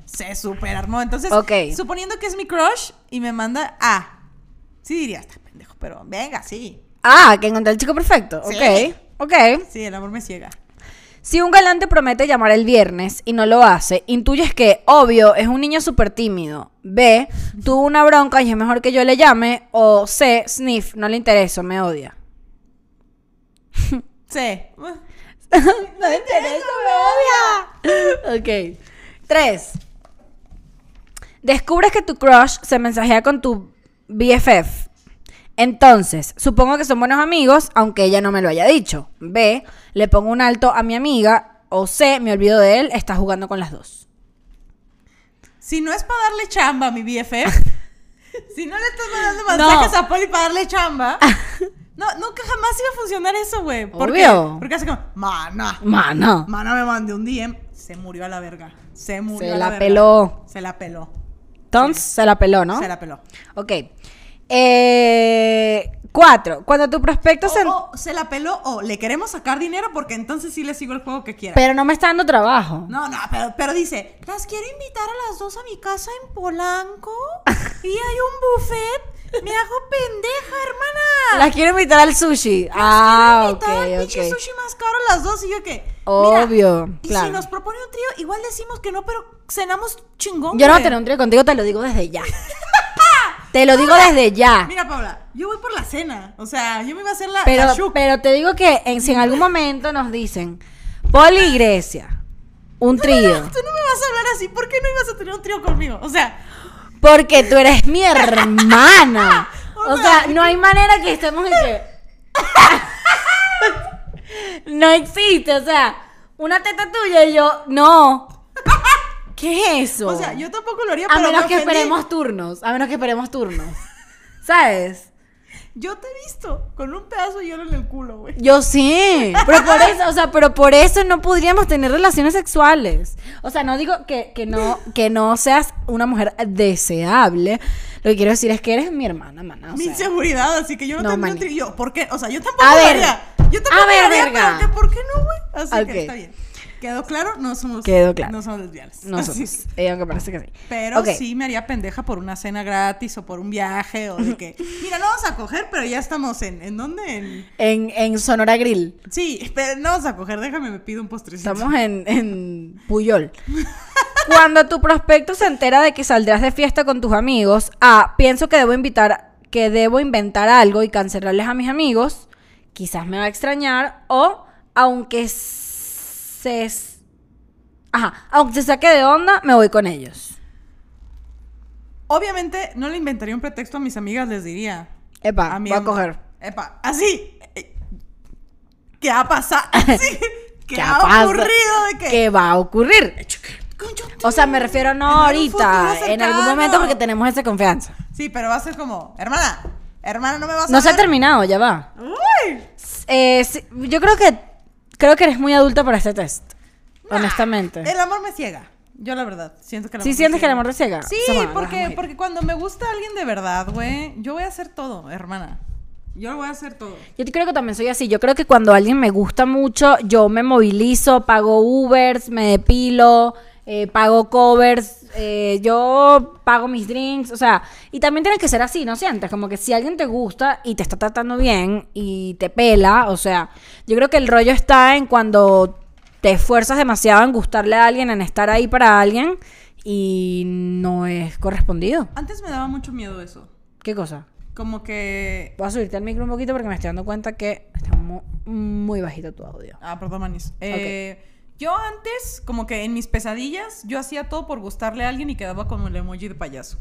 B: se superarmó. Entonces,
A: Ok.
B: suponiendo que es mi crush y me manda A, sí diría, está pendejo, pero venga, sí.
A: Ah, que encontré el chico perfecto.
B: Sí.
A: Ok. Ok.
B: Sí, el amor me ciega.
A: Si un galán te promete llamar el viernes y no lo hace, intuyes que, obvio, es un niño súper tímido. B, tuvo una bronca y es mejor que yo le llame. O C, sniff, no le intereso, me odia.
B: Sí.
A: no le interesa, me odia. Ok. Tres. Descubres que tu crush se mensajea con tu BFF. Entonces, supongo que son buenos amigos, aunque ella no me lo haya dicho. B, le pongo un alto a mi amiga. O C, me olvido de él, está jugando con las dos.
B: Si no es para darle chamba a mi BFF, si no le estás mandando mensajes a Poli para darle chamba, no, nunca jamás iba a funcionar eso, güey. ¿Por qué?
A: Obvio.
B: Porque hace como, mana,
A: Mano.
B: mana me mandé un DM, se murió a la verga, se murió
A: Se
B: a la,
A: la
B: verga.
A: peló.
B: Se la peló,
A: Entonces, se la peló, ¿no?
B: se la peló.
A: Ok. Eh, cuatro. Cuando tu prospecto se...
B: o, o se la peló o le queremos sacar dinero porque entonces sí le sigo el juego que quiera.
A: Pero no me está dando trabajo.
B: No, no, pero, pero dice, las quiero invitar a las dos a mi casa en Polanco y hay un buffet. Me hago pendeja, hermana.
A: Las quiero invitar al sushi. ah, ok,
B: Estaba el
A: ok.
B: pinche sushi más caro las dos y yo que. mira,
A: Obvio,
B: Y
A: claro.
B: si nos propone un trío, igual decimos que no, pero cenamos chingón.
A: Yo no voy a
B: güey.
A: tener un trío contigo, te lo digo desde ya. te lo digo desde ya.
B: Mira, Paula, yo voy por la cena. O sea, yo me iba a hacer la,
A: Pero,
B: la shuc.
A: pero te digo que en- si en algún momento nos dicen, Poli y Grecia, un trío,
B: Tú no me vas a hablar así. ¿Por qué no ibas a tener un trío conmigo? O sea,
A: porque tú eres mi hermana. O sea, no hay manera que estemos en que- No existe, o sea, una teta tuya y yo, no. ¿Qué es eso?
B: o sea, yo tampoco lo haría,
A: A
B: pero
A: menos
B: me
A: que
B: ofendí.
A: esperemos turnos. A menos que esperemos turnos. ¿Sabes?
B: Yo te he visto con un pedazo de hielo en el culo, güey.
A: Yo sí. Pero por eso, o sea, pero por eso no podríamos tener relaciones sexuales. O sea, no digo que, que no, que no seas una mujer deseable. Lo que quiero decir es que eres mi hermana, maná. o
B: Mi
A: sea.
B: inseguridad, así que yo no,
A: no,
B: tendría
A: maní.
B: un trío. ¿Por qué? O sea, yo tampoco
A: A
B: lo
A: ver,
B: haría. Yo
A: a
B: tampoco
A: ver,
B: lo haría,
A: verga.
B: pero que ¿por qué no, güey? Así
A: Ok.
B: que está bien. ¿Quedó claro? No somos,
A: Quedó claro.
B: No somos lesbianas.
A: No
B: Así
A: somos.
B: es.
A: Eh, aunque parece que sí.
B: Pero
A: Ok.
B: sí me haría pendeja por una cena gratis o por un viaje o de que, mira, no vamos a coger, pero ya estamos en, ¿en dónde? En-
A: En, en Sonora Grill.
B: Sí, pero no vamos a coger, déjame, me pido un postrecito.
A: Estamos en, en Puyol. Cuando tu prospecto se entera de que saldrás de fiesta con tus amigos, A, pienso que debo invitar, que debo inventar algo y cancelarles a mis amigos, quizás me va a extrañar, o aunque se s- ajá, aunque se saque de onda, me voy con ellos.
B: Obviamente no le inventaría un pretexto a mis amigas, les diría.
A: Epa,
B: mi
A: voy a
B: ama-
A: coger.
B: Epa, así. eh, ¿Qué ha pasado? Así, ¿Qué,
A: ¿Qué
B: ha
A: pasa?
B: ocurrido? ¿De qué?
A: ¿Qué va a ocurrir? O sea, me refiero no
B: En algún
A: ahorita,
B: futuro
A: en algún
B: cercano.
A: momento porque tenemos esa confianza.
B: Sí, pero va a ser como, hermana, hermana, no me vas a
A: No se ha
B: ver".
A: terminado, ya va.
B: Uy.
A: Eh, sí, yo creo que creo que eres muy adulta para este test. honestamente.
B: El amor me ciega. Yo la verdad, siento que el
A: ¿Sí
B: me
A: sientes que el
B: ciega.
A: amor te ciega?
B: Sí,
A: Esa mamá, no
B: porque,
A: es
B: porque cuando me gusta alguien de verdad, güey, yo voy a hacer todo, hermana. Yo lo voy a hacer todo.
A: Yo creo que también soy así. Yo creo que cuando alguien me gusta mucho, yo me movilizo, pago Ubers, me depilo, eh, pago covers, eh, yo pago mis drinks. O sea, y también tiene que ser así, ¿no sientes? Como que si alguien te gusta y te está tratando bien y te pela, o sea, yo creo que el rollo está en cuando te esfuerzas demasiado en gustarle a alguien, en estar ahí para alguien y no es correspondido.
B: Antes me daba mucho miedo eso.
A: ¿Qué cosa?
B: Como que.
A: Voy a subirte al micro un poquito porque me estoy dando cuenta que está mu- muy bajito tu audio.
B: Ah, perdón, Manis. Eh, Yo antes, como que en mis pesadillas, yo hacía todo por gustarle a alguien y quedaba como el emoji de payaso.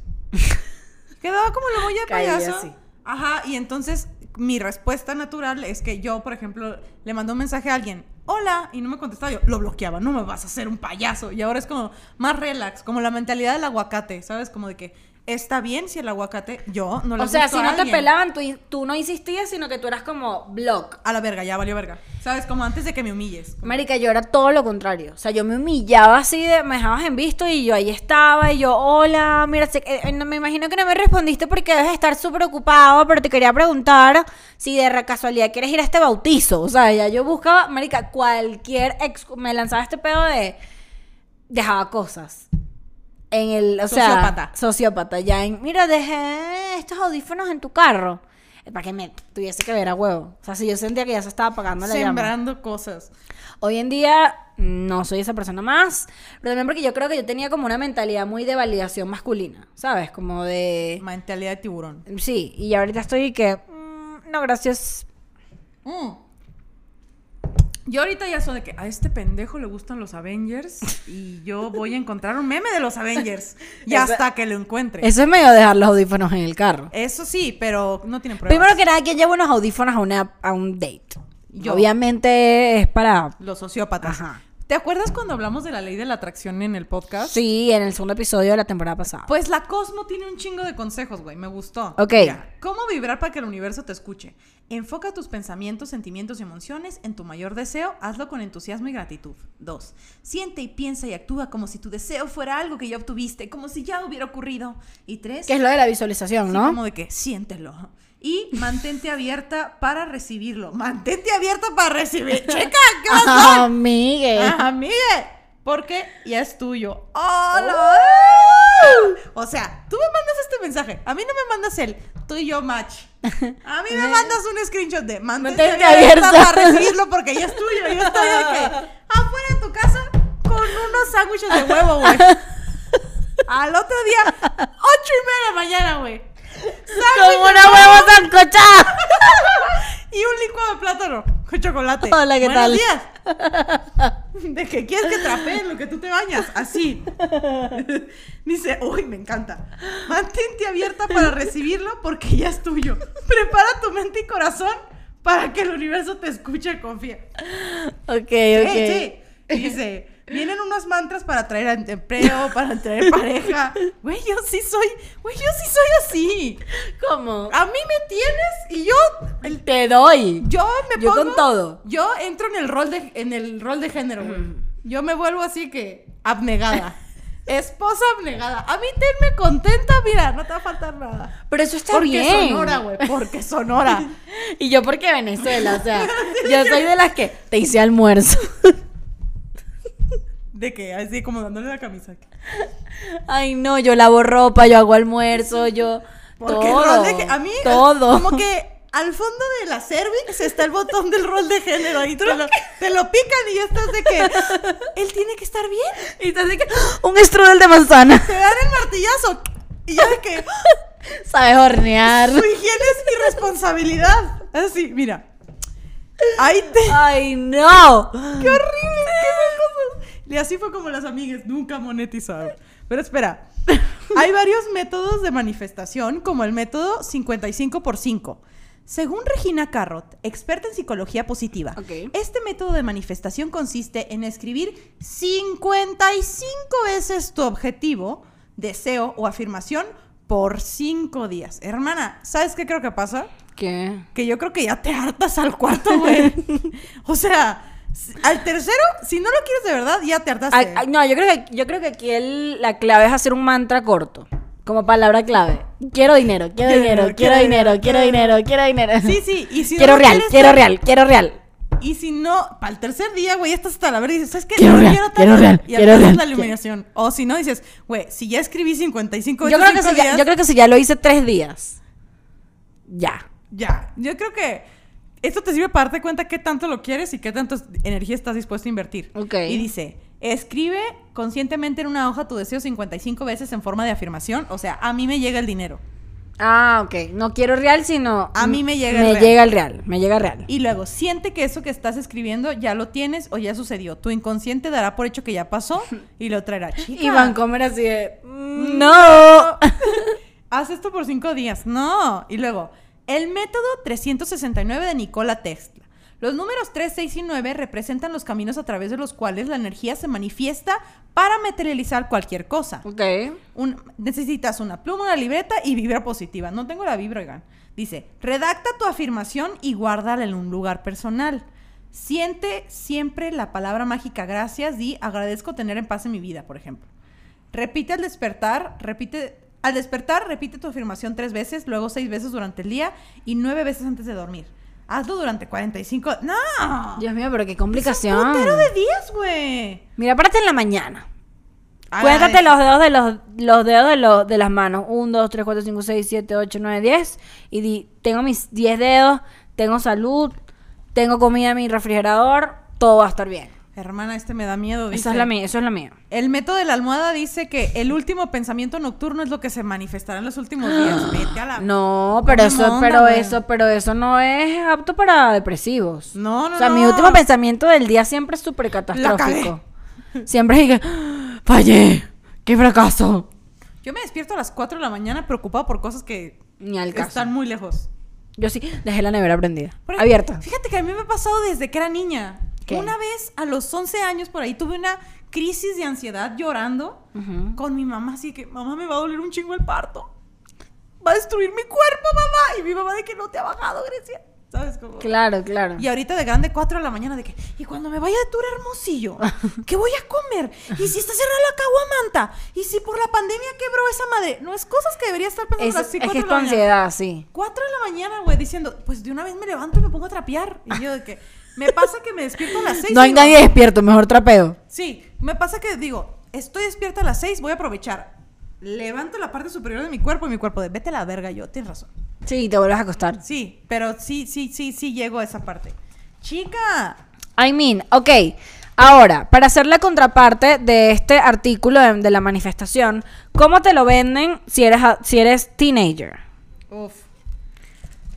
B: quedaba como el emoji de
A: Caía
B: payaso.
A: así.
B: Ajá, y entonces mi respuesta natural es que yo, por ejemplo, le mando un mensaje a alguien, hola, y no me contestaba, yo lo bloqueaba, no me vas a hacer un payaso. Y ahora es como más relax, como la mentalidad del aguacate, ¿sabes? Como de que está bien si el aguacate, yo no le
A: o sea,
B: gusto
A: si
B: a
A: no te
B: alguien.
A: pelaban, tú, tú no insistías, sino que tú eras como blog.
B: A la verga, ya valió verga. ¿Sabes? Como antes de que me humilles. Como-
A: Marica, yo era todo lo contrario. O sea, yo me humillaba así, de, me dejabas en visto y yo ahí estaba y yo, hola, mira, sé que- eh, no- me imagino que no me respondiste porque debes estar súper ocupado, pero te quería preguntar si de ra- casualidad quieres ir a este bautizo. O sea, ya yo buscaba, Marica, cualquier ex, me lanzaba este pedo de, dejaba cosas. En el, o
B: Sociópata.
A: sea, sociópata, ya en, mira, dejé estos audífonos en tu carro. eh, Para que me tuviese que ver a huevo. O sea, si yo sentía que ya se estaba apagando la llama.
B: Sembrando cosas.
A: Hoy en día no soy esa persona más, pero también porque yo creo que yo tenía como una mentalidad muy de validación masculina, ¿sabes? Como
B: Eh.
A: de...
B: Mentalidad de tiburón.
A: Sí, y ahorita estoy que... mm, no, gracias.
B: Mm. Yo ahorita ya soy de que a este pendejo le gustan los Avengers y yo voy a encontrar un meme de los Avengers. Y
A: Esa-
B: hasta que lo encuentre.
A: Eso es medio dejar los audífonos en el carro.
B: Eso sí, pero no tienen pruebas.
A: Primero que nada, ¿quién lleva unos audífonos a, una, a un date?
B: Yo.
A: Obviamente es para...
B: Los sociópatas.
A: Ajá.
B: ¿Te acuerdas cuando hablamos de la ley de la atracción en el podcast?
A: Sí, en el segundo episodio de la temporada pasada.
B: Pues la Cosmo tiene un chingo de consejos, güey. Me gustó.
A: Ok.
B: ¿Cómo vibrar para que el universo te escuche? Enfoca tus pensamientos, sentimientos y emociones en tu mayor deseo. Hazlo con entusiasmo y gratitud. 2. Siente y piensa y actúa como si tu deseo fuera algo que ya obtuviste, como si ya hubiera ocurrido. Y tres.
A: que es lo de la visualización,
B: sí,
A: ¿no?
B: Como de que siéntelo. Y mantente abierta para recibirlo. Mantente abierta para recibir. Checa, ¿qué pasó?
A: Ah, Miguel.
B: Ajá, Miguel. Porque ya es tuyo. ¡Hola! O sea, tú me mandas este mensaje. A mí no me mandas el tú y yo match. A mí me mandas un screenshot de mantente
A: Mantente
B: abierta
A: abierta".
B: para recibirlo porque ya es tuyo. Yo estoy de que afuera de tu casa con unos sándwiches de huevo, güey. Al otro día, ocho y media de la mañana, güey. Sándwich
A: Como
B: de
A: una huevo sancochada.
B: y un licuado de plátano con chocolate.
A: Hola, ¿qué
B: Buenos
A: tal?
B: días. De que quieres que trapeen lo que tú te bañas, así. Dice, uy, me encanta. Mantente abierta para recibirlo porque ya es tuyo. Prepara tu mente y corazón para que el universo te escuche y confía.
A: Ok, ok.
B: Sí, sí. Y Dice, vienen unos mantras para traer empleo, para traer pareja. Güey, yo sí soy, güey, yo sí soy así.
A: ¿Cómo?
B: A mí me tienes y yo
A: Ah, Te doy.
B: yo me
A: Yo
B: pongo.
A: con todo.
B: Yo entro en el rol de, en el rol de género, güey. Yo me vuelvo así que abnegada. Esposa abnegada. A mí tenme contenta, mira, no te va a faltar nada.
A: Pero eso está
B: porque
A: bien.
B: Sonora, güey. Porque Sonora.
A: Y yo porque Venezuela, o sea, yo soy de las que te hice almuerzo.
B: de que así como dándole la camisa.
A: Ay, no, yo lavo ropa, yo hago almuerzo, yo
B: Porque
A: todo.
B: el rol de gé- a mí
A: todo.
B: como que al fondo de la cervix está el botón del rol de género y te lo, te lo pican y ya estás de que él tiene que estar bien.
A: Y te hace que un strudel de manzana.
B: Te dan el martillazo y ya de que
A: Sabes hornear.
B: Su higiene es mi responsabilidad. Así, mira. Ahí te.
A: Ay, no.
B: ¡Qué horrible! ¡Qué cosas! Y así fue como las amigas nunca monetizaron. Pero espera. Hay varios métodos de manifestación, como el método 55 por 5. Según Regina Carrot, experta en psicología positiva,
A: Ok.
B: este método de manifestación consiste en escribir 55 veces tu objetivo, deseo o afirmación por 5 días. Hermana, ¿sabes qué creo que pasa?
A: ¿Qué?
B: que yo creo que ya te hartas al cuarto, güey. o sea, si- al tercero, si no lo quieres de verdad, ya te hartaste.
A: Ay, ay, no, yo creo que yo creo que aquí el- la clave es hacer un mantra corto, como palabra clave. Quiero dinero, quiero dinero, quiero dinero, quiero dinero, quiero dinero.
B: Sí, sí, y si no
A: quiero
B: lo
A: real,
B: quieres-
A: quiero real, quiero real.
B: Y si no, para el tercer día, güey, ya estás hasta la verga y dices, ¿sabes qué?
A: Quiero
B: No
A: real,
B: tal-
A: quiero real,
B: Y
A: quiero
B: alcanzas
A: real,
B: la
A: quiero-
B: iluminación. O si no, dices, güey, si ya escribí 55
A: Yo creo, que si
B: cinco
A: ya,
B: días,
A: yo creo que si ya lo hice tres días. Ya.
B: Ya, yo creo que esto te sirve para darte cuenta qué tanto lo quieres y qué tanta energía estás dispuesto a invertir.
A: Ok.
B: Y dice, escribe conscientemente en una hoja tu deseo 55 veces en forma de afirmación, o sea, a mí me llega el dinero.
A: Ah, ok. No quiero real, sino.
B: A mí me llega el
A: Me
B: real.
A: llega el real. Me llega el real.
B: Y luego, siente que eso que estás escribiendo ya lo tienes o ya sucedió. Tu inconsciente dará por hecho que ya pasó y lo traerá. Chica,
A: Y Vancomer así de. "Mm, ¡No!
B: Haz esto por cinco días. No. Y luego, el método 369 de Nikola Tesla. Los números 3, 6 y 9 representan los caminos a través de los cuales la energía se manifiesta para materializar cualquier cosa.
A: Ok.
B: Un- necesitas una pluma, una libreta y vibra positiva. No tengo la vibra, oigan. Dice, redacta tu afirmación y guárdala en un lugar personal. Siente siempre la palabra mágica gracias y agradezco tener en paz en mi vida, por ejemplo. Repite al despertar, repite... Al despertar, repite tu afirmación tres veces, luego seis veces durante el día y nueve veces antes de dormir. Hazlo durante 45... ¡No!
A: Dios mío, pero qué
B: ¡Un
A: complicación.
B: putero de días, güey!
A: Mira, párate en la mañana.
B: Ay,
A: Cuéntate los dedos de los, los dedos de, los- de las manos. 1, 2, 3, 4, 5, 6, 7, 8, 9, 10. Y di, tengo mis 10 dedos, tengo salud, tengo comida en mi refrigerador, todo va a estar bien.
B: Hermana, este me da miedo.
A: Esa
B: dice.
A: es la mía, eso es la mía.
B: El método de la almohada dice que el último pensamiento nocturno es lo que se manifestará en los últimos días. Vete a la-
A: No, pero
B: Come
A: eso,
B: on,
A: pero
B: Manuel.
A: eso, pero eso no es apto para depresivos.
B: No, no,
A: O sea, mi
B: no.
A: último pensamiento del día siempre es súper catastrófico. Siempre dije, "Ah, fallé, qué fracaso.
B: Yo me despierto a las 4 de la mañana preocupado por cosas que
A: Ni al caso.
B: están muy lejos.
A: Yo sí, dejé la nevera prendida,
B: Por-
A: abierta.
B: Fíjate que a mí me ha pasado desde que era niña.
A: ¿Qué?
B: Una vez a los 11 años por ahí tuve una crisis de ansiedad llorando
A: Ujú.
B: con mi mamá. Así que, mamá, me va a doler un chingo el parto. Va a destruir mi cuerpo, mamá. Y mi mamá de que no te ha bajado, Grecia. ¿Sabes cómo?
A: Claro, claro.
B: Y ahorita de grande, 4 de la mañana, de que, y cuando me vaya de tour a hermosillo, ¿qué voy a comer? ¿Y si está cerrada la caguamanta? ¿Y si por la pandemia quebró esa madre? No es cosas que debería estar pensando
A: Es,
B: así
A: es que
B: 4
A: es
B: de
A: tu
B: la mañana.
A: ansiedad, sí.
B: 4 de la mañana, güey, diciendo, pues de una vez me levanto y me pongo a trapear. Y yo de que, me pasa que me despierto a las 6.
A: No hay nadie despierto, mejor trapeo.
B: Sí, me pasa que digo, estoy despierta a las 6, voy a aprovechar. Levanto la parte superior de mi cuerpo y mi cuerpo de, vete a la verga yo, tienes razón.
A: Sí, te vuelves a acostar.
B: Sí, pero sí, sí, sí, sí llego a esa parte. Chica,
A: I mean, ok. Ahora, para hacer la contraparte de este artículo de, de la manifestación, ¿cómo te lo venden si eres, a- si eres teenager?
B: Uf.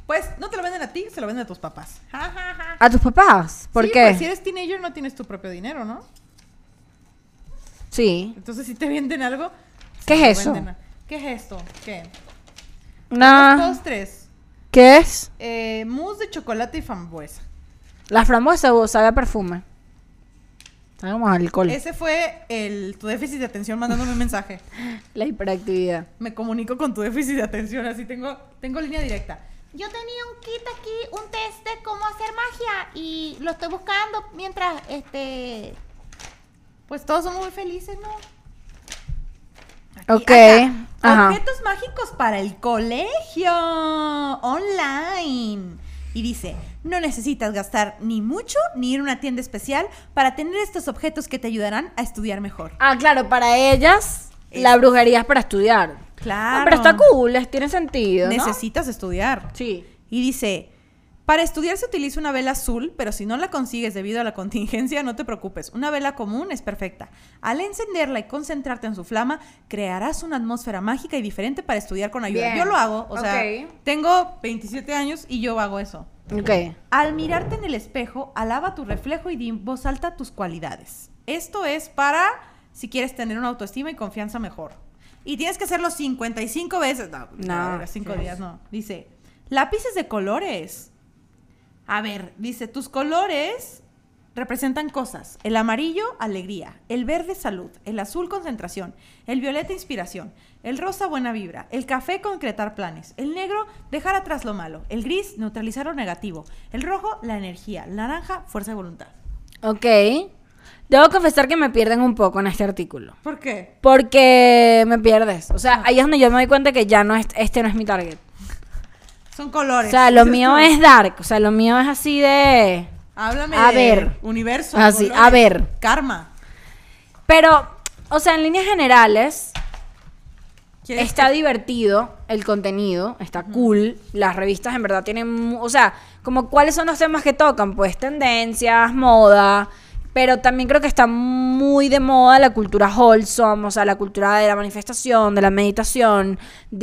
B: Pues no te lo venden a ti, se lo venden a tus papás. Ja, ja, ja.
A: ¿A tus papás? ¿Por
B: Ah, Sí,
A: qué?
B: pues, si eres teenager no tienes tu propio dinero, ¿no?
A: Sí.
B: Entonces si te venden algo.
A: ¿Qué
B: se
A: es
B: lo
A: eso?
B: venden a- ¿Qué es esto? ¿Qué? Unos
A: Nah.
B: postres.
A: ¿Qué es?
B: Eh, mousse de chocolate y frambuesa.
A: La frambuesa o sabe a perfume. Sabe como a alcohol.
B: Ese fue el, tu déficit de atención mandándome un mensaje.
A: La hiperactividad.
B: Me comunico con tu déficit de atención, así tengo, tengo línea directa.
C: Yo tenía un kit aquí, un test de cómo hacer magia y lo estoy buscando mientras este
B: Pues todos somos muy felices, ¿no?
A: Ok.
B: acá.
A: Ajá.
B: Objetos mágicos para el colegio online. Y dice, no necesitas gastar ni mucho ni ir a una tienda especial para tener estos objetos que te ayudarán a estudiar mejor.
A: Ah, claro, para ellas la brujería es para estudiar. Ah,
B: Claro.
A: pero está cool, es- tiene sentido. ¿no?
B: Necesitas estudiar.
A: Sí.
B: Y dice, para estudiar se utiliza una vela azul, pero si no la consigues debido a la contingencia, no te preocupes. Una vela común es perfecta. Al encenderla y concentrarte en su flama, crearás una atmósfera mágica y diferente para estudiar con ayuda.
A: Bien.
B: Yo lo hago, o sea,
A: Ok.
B: tengo 27 años y yo hago eso.
A: Ok.
B: Al mirarte en el espejo, alaba tu reflejo y di en voz alta tus cualidades. Esto es para si quieres tener una autoestima y confianza mejor. Y tienes que hacerlo 55 veces. No,
A: No.
B: 5 días no. Dice, lápices de colores. A ver, dice, tus colores representan cosas. El amarillo, alegría. El verde, salud. El azul, concentración. El violeta, inspiración. El rosa, buena vibra. El café, concretar planes. El negro, dejar atrás lo malo. El gris, neutralizar lo negativo. El rojo, la energía. El naranja, fuerza y voluntad.
A: Ok. Debo confesar que me pierden un poco en este artículo.
B: ¿Por qué?
A: Porque me pierdes. O sea, ahí es donde yo me doy cuenta que ya no es, este no es mi target.
B: Son
A: O
B: colores.
A: sea, lo
B: Dices
A: mío
B: tú,
A: es dark. O sea, lo mío es así de.
B: Háblame
A: a
B: de
A: ver.
B: universo.
A: Ah, sí,
B: colores,
A: a ver.
B: Karma.
A: Pero, o sea, en líneas generales,
B: ¿Quieres
A: está divertido el contenido, está cool. Las revistas en verdad tienen. mu- O sea, como cuáles son los temas que tocan, pues tendencias, moda, pero también creo que está muy de moda la cultura wholesome, o sea, la cultura de la manifestación, de la meditación,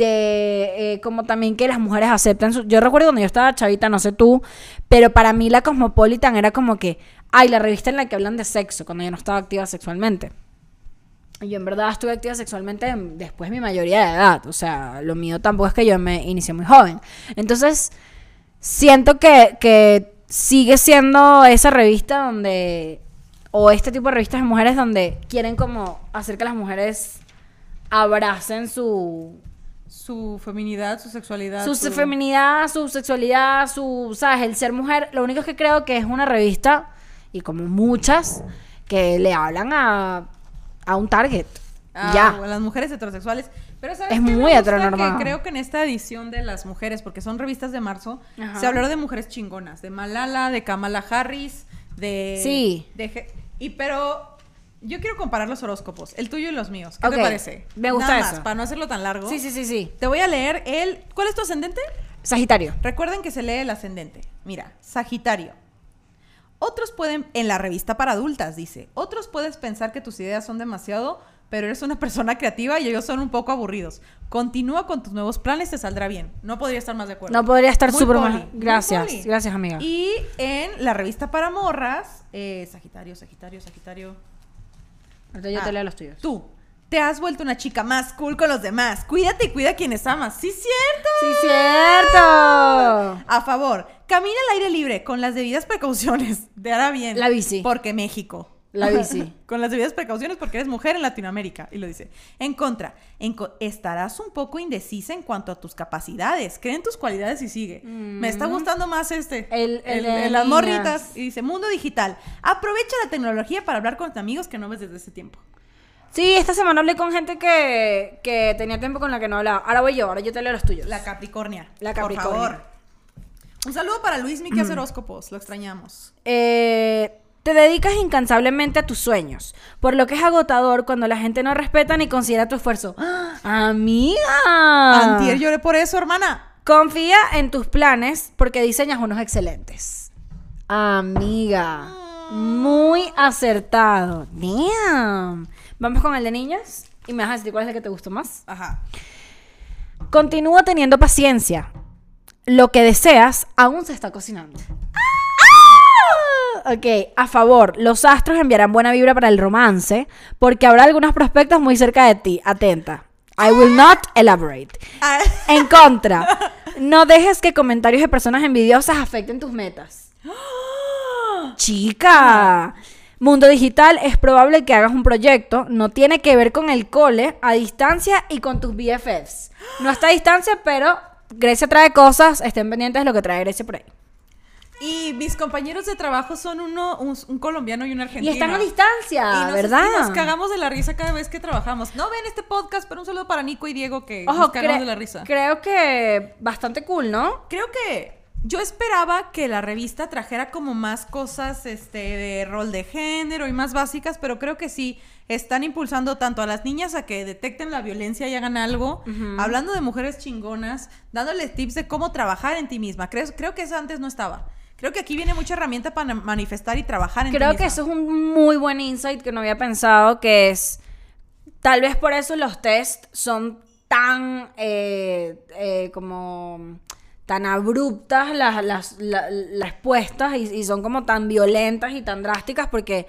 A: de eh, como también que las mujeres aceptan su... Yo recuerdo cuando yo estaba chavita, no sé tú, pero para mí la Cosmopolitan era como que, ay, la revista en la que hablan de sexo, cuando yo no estaba activa sexualmente. Yo en verdad estuve activa sexualmente después de mi mayoría de edad. O sea, lo mío tampoco es que yo me inicié muy joven. Entonces, siento que, que sigue siendo esa revista donde... O este tipo de revistas de mujeres donde quieren como hacer que las mujeres abracen su...
B: Su feminidad, su sexualidad.
A: Su se- feminidad, su sexualidad, su, ¿sabes? El ser mujer. Lo único es que creo que es una revista, y como muchas, que le hablan a, a un target.
B: Ah,
A: ya.
B: o Las mujeres heterosexuales. Pero ¿sabes
A: Es
B: qué me
A: muy
B: gusta? Que
A: heteronormado.
B: Creo que en esta edición de las mujeres, porque son revistas de marzo,
A: Ajá.
B: se habló de mujeres chingonas, de Malala, de Kamala Harris, de...
A: Sí.
B: de Je- y pero yo quiero comparar los horóscopos, el tuyo y los míos. ¿Qué
A: Ok,
B: te parece?
A: me gusta
B: Nada más,
A: eso.
B: para no hacerlo tan largo.
A: Sí, sí, sí, sí.
B: Te voy a leer el... ¿Cuál es tu ascendente?
A: Sagitario.
B: Recuerden que se lee el ascendente. Mira, Sagitario. Otros pueden, en la revista para adultas, dice, otros puedes pensar que tus ideas son demasiado, pero eres una persona creativa y ellos son un poco aburridos. Continúa con tus nuevos planes, te saldrá bien. No podría estar más de acuerdo.
A: No podría estar
B: Muy
A: súper
B: poli,
A: más-
B: muy
A: gracias,
B: poli.
A: gracias, amiga.
B: Y en la revista para morras, eh, Sagitario, Sagitario, Sagitario.
A: Entonces yo
B: Ah,
A: te leo los tuyos.
B: Tú, te has vuelto una chica más cool con los demás. Cuídate y cuida a quienes amas. Sí, cierto.
A: ¡Sí, cierto!
B: A favor, camina al aire libre con las debidas precauciones. Te hará bien.
A: La bici.
B: Porque México.
A: La bici.
B: con las debidas precauciones porque eres mujer en Latinoamérica. Y lo dice. En contra, en co- estarás un poco indecisa en cuanto a tus capacidades. Cree en tus cualidades y sigue. Me está gustando más este.
A: Mm. El- el de
B: las
A: niñas.
B: morritas. Y dice, mundo digital. Aprovecha la tecnología para hablar con tus amigos que no ves desde ese tiempo.
A: Sí, esta semana hablé con gente que, que tenía tiempo con la que no hablaba. Ahora voy yo, ahora yo te leo los tuyos.
B: La Capricornia.
A: La
B: Por
A: Capricornia.
B: favor. Un saludo para Luis que hace horóscopos. Lo extrañamos.
A: Eh, te dedicas incansablemente a tus sueños, por lo que es agotador cuando la gente no respeta ni considera tu esfuerzo. ¡Ah! ¡Amiga!
B: Antier lloré por eso, hermana.
A: Confía en tus planes porque diseñas unos excelentes. Ah. Amiga. Muy acertado. Damn. Vamos con el de niños y me vas a decir cuál es el que te gustó más.
B: Ajá.
A: Continúa teniendo paciencia. Lo que deseas aún se está cocinando. Ah, Ok, a favor, los astros enviarán buena vibra para el romance porque habrá algunos prospectos muy cerca de ti. Atenta. I will not elaborate.
B: Ah,
A: En contra, no dejes que comentarios de personas envidiosas afecten tus metas. Chica, mundo digital es probable que hagas un proyecto, no tiene que ver con el cole, a distancia y con tus BFFs. No está a distancia, pero Grecia trae cosas, estén pendientes de lo que trae Grecia por ahí.
B: Y mis compañeros de trabajo son uno, un, un colombiano y un
A: Y
B: argentino.
A: están a distancia,
B: Y nos-
A: ¿verdad?
B: y nos cagamos de la risa cada vez que trabajamos. No ven este podcast, pero un saludo para Nico y Diego que nos
A: Ojo,
B: cagamos
A: cre-
B: de la risa.
A: creo que bastante cool, ¿no?
B: Creo que yo esperaba que la revista trajera como más cosas este, de rol de género y más básicas, pero creo que sí están impulsando tanto a las niñas a que detecten la violencia y hagan algo, hablando de mujeres chingonas, dándoles tips de cómo trabajar en ti misma. Creo, creo que eso antes no estaba. Creo que aquí viene mucha herramienta para manifestar y trabajar en
A: Creo
B: ti
A: que eso
B: misma.
A: es un muy buen insight que no había pensado, que es, tal vez por eso los test son tan, eh, eh, como, tan abruptas las, las, la- las respuestas y, y son como tan violentas y tan drásticas porque...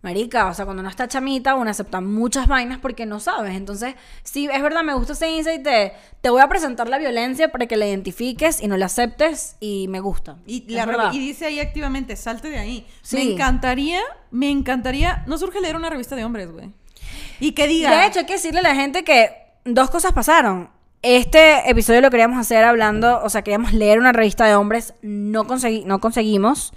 A: Marica, o sea, cuando uno está chamita, uno acepta muchas vainas porque no sabes. Entonces, sí, es verdad, me gusta ese insight de te voy a presentar la violencia para que la identifiques y no la aceptes y me gusta.
B: Y,
A: Es
B: la re-
A: verdad.
B: y dice ahí activamente, salte de ahí. Me
A: Sí.
B: encantaría, me encantaría. No surge leer una revista de hombres, güey. Y que diga.
A: De hecho, hay que decirle a la gente que dos cosas pasaron. Este episodio lo queríamos hacer hablando, o sea, queríamos leer una revista de hombres, no, consegui- no conseguimos.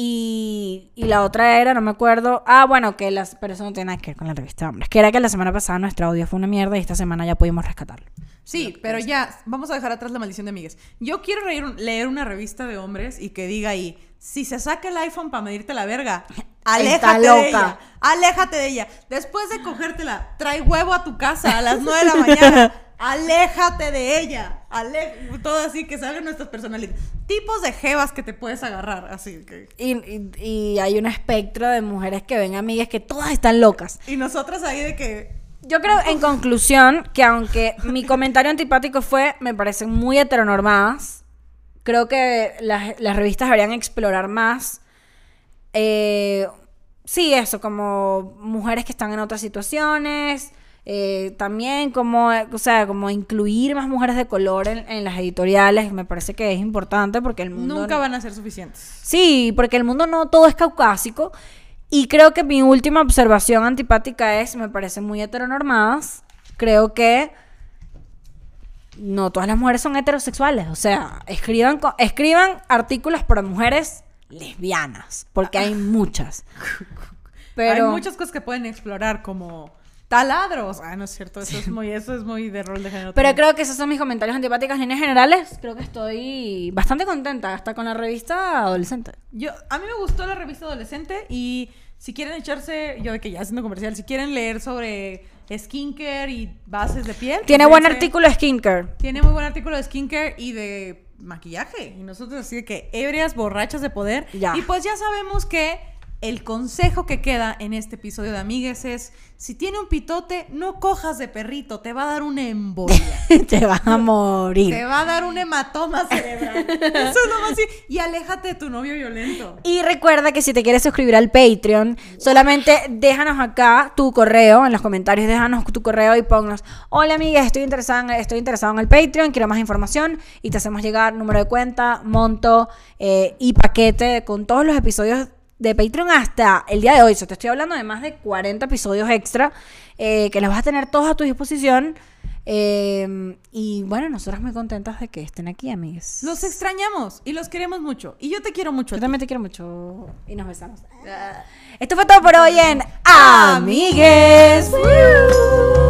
A: Y, y la otra era, no me acuerdo. Ah, bueno, que las. Pero eso no tiene nada que ver con la revista de hombres. Que era que la semana pasada nuestro audio fue una mierda y esta semana ya pudimos rescatarlo.
B: Sí, pero ya, vamos a dejar atrás la maldición de amigues. Yo quiero reír un- leer una revista de hombres y que diga ahí, si se saca el iPhone para medirte la verga, aléjate de
A: loca.
B: ella, aléjate de ella. Después de cogértela, trae huevo a tu casa a las 9 de la mañana, aléjate de ella. Ale, todo así, que salgan nuestras personalidades. Tipos de jevas que te puedes agarrar, así que...
A: Y, y- y hay un espectro de mujeres que ven amigas que todas están locas.
B: Y nosotras ahí de que...
A: Yo creo, en conclusión, que aunque mi comentario antipático fue, me parecen muy heteronormadas, creo que las, las revistas deberían explorar más. eh, sí, eso, como mujeres que están en otras situaciones. eh, también como, eh, o sea, como incluir más mujeres de color en, en las editoriales, me parece que es importante porque el mundo...
B: Nunca van a ser suficientes.
A: Sí, porque el mundo no todo es caucásico. Y creo que mi última observación antipática es, me parecen muy heteronormadas. Creo que no todas las mujeres son heterosexuales. O sea, escriban, co- escriban artículos para mujeres lesbianas, porque hay muchas. Pero
B: Ah. Hay muchas cosas que pueden explorar, como taladros. Ah, no es cierto, eso es muy, eso es muy de rol de género.
A: Pero
B: también.
A: creo que esos son mis comentarios antipáticos en líneas generales. Creo que estoy bastante contenta hasta con la revista adolescente.
B: Yo, a mí me gustó la revista Adolescente y si quieren echarse, yo de que ya haciendo comercial, si quieren leer sobre skincare y bases de piel.
A: Tiene buen
B: cómprense-
A: artículo de skincare.
B: Tiene muy buen artículo de skincare y de maquillaje. Y nosotros así de que ebrias, borrachas de poder.
A: Ya.
B: Y pues ya sabemos que el consejo que queda en este episodio de Amigues es, si tiene un pitote, no cojas de perrito, te va a dar una embolia.
A: Te vas a morir.
B: te va a dar un hematoma cerebral. Eso es lo más... Y aléjate de tu novio violento.
A: Y recuerda que si te quieres suscribir al Patreon, solamente déjanos acá tu correo, en los comentarios déjanos tu correo y ponnos, hola amiga, estoy interesada en, estoy interesado en el Patreon, quiero más información y te hacemos llegar número de cuenta, monto eh, y paquete con todos los episodios de Patreon hasta el día de hoy. So, te estoy hablando de más de 40 episodios extra eh, que los vas a tener todos a tu disposición. Eh, y bueno, nosotras muy contentas de que estén aquí, amigas.
B: Los extrañamos y los queremos mucho. Y yo te quiero mucho. a
A: Yo
B: ti.
A: también te quiero mucho. Y nos besamos. Esto fue todo por hoy en Amigues. Woo.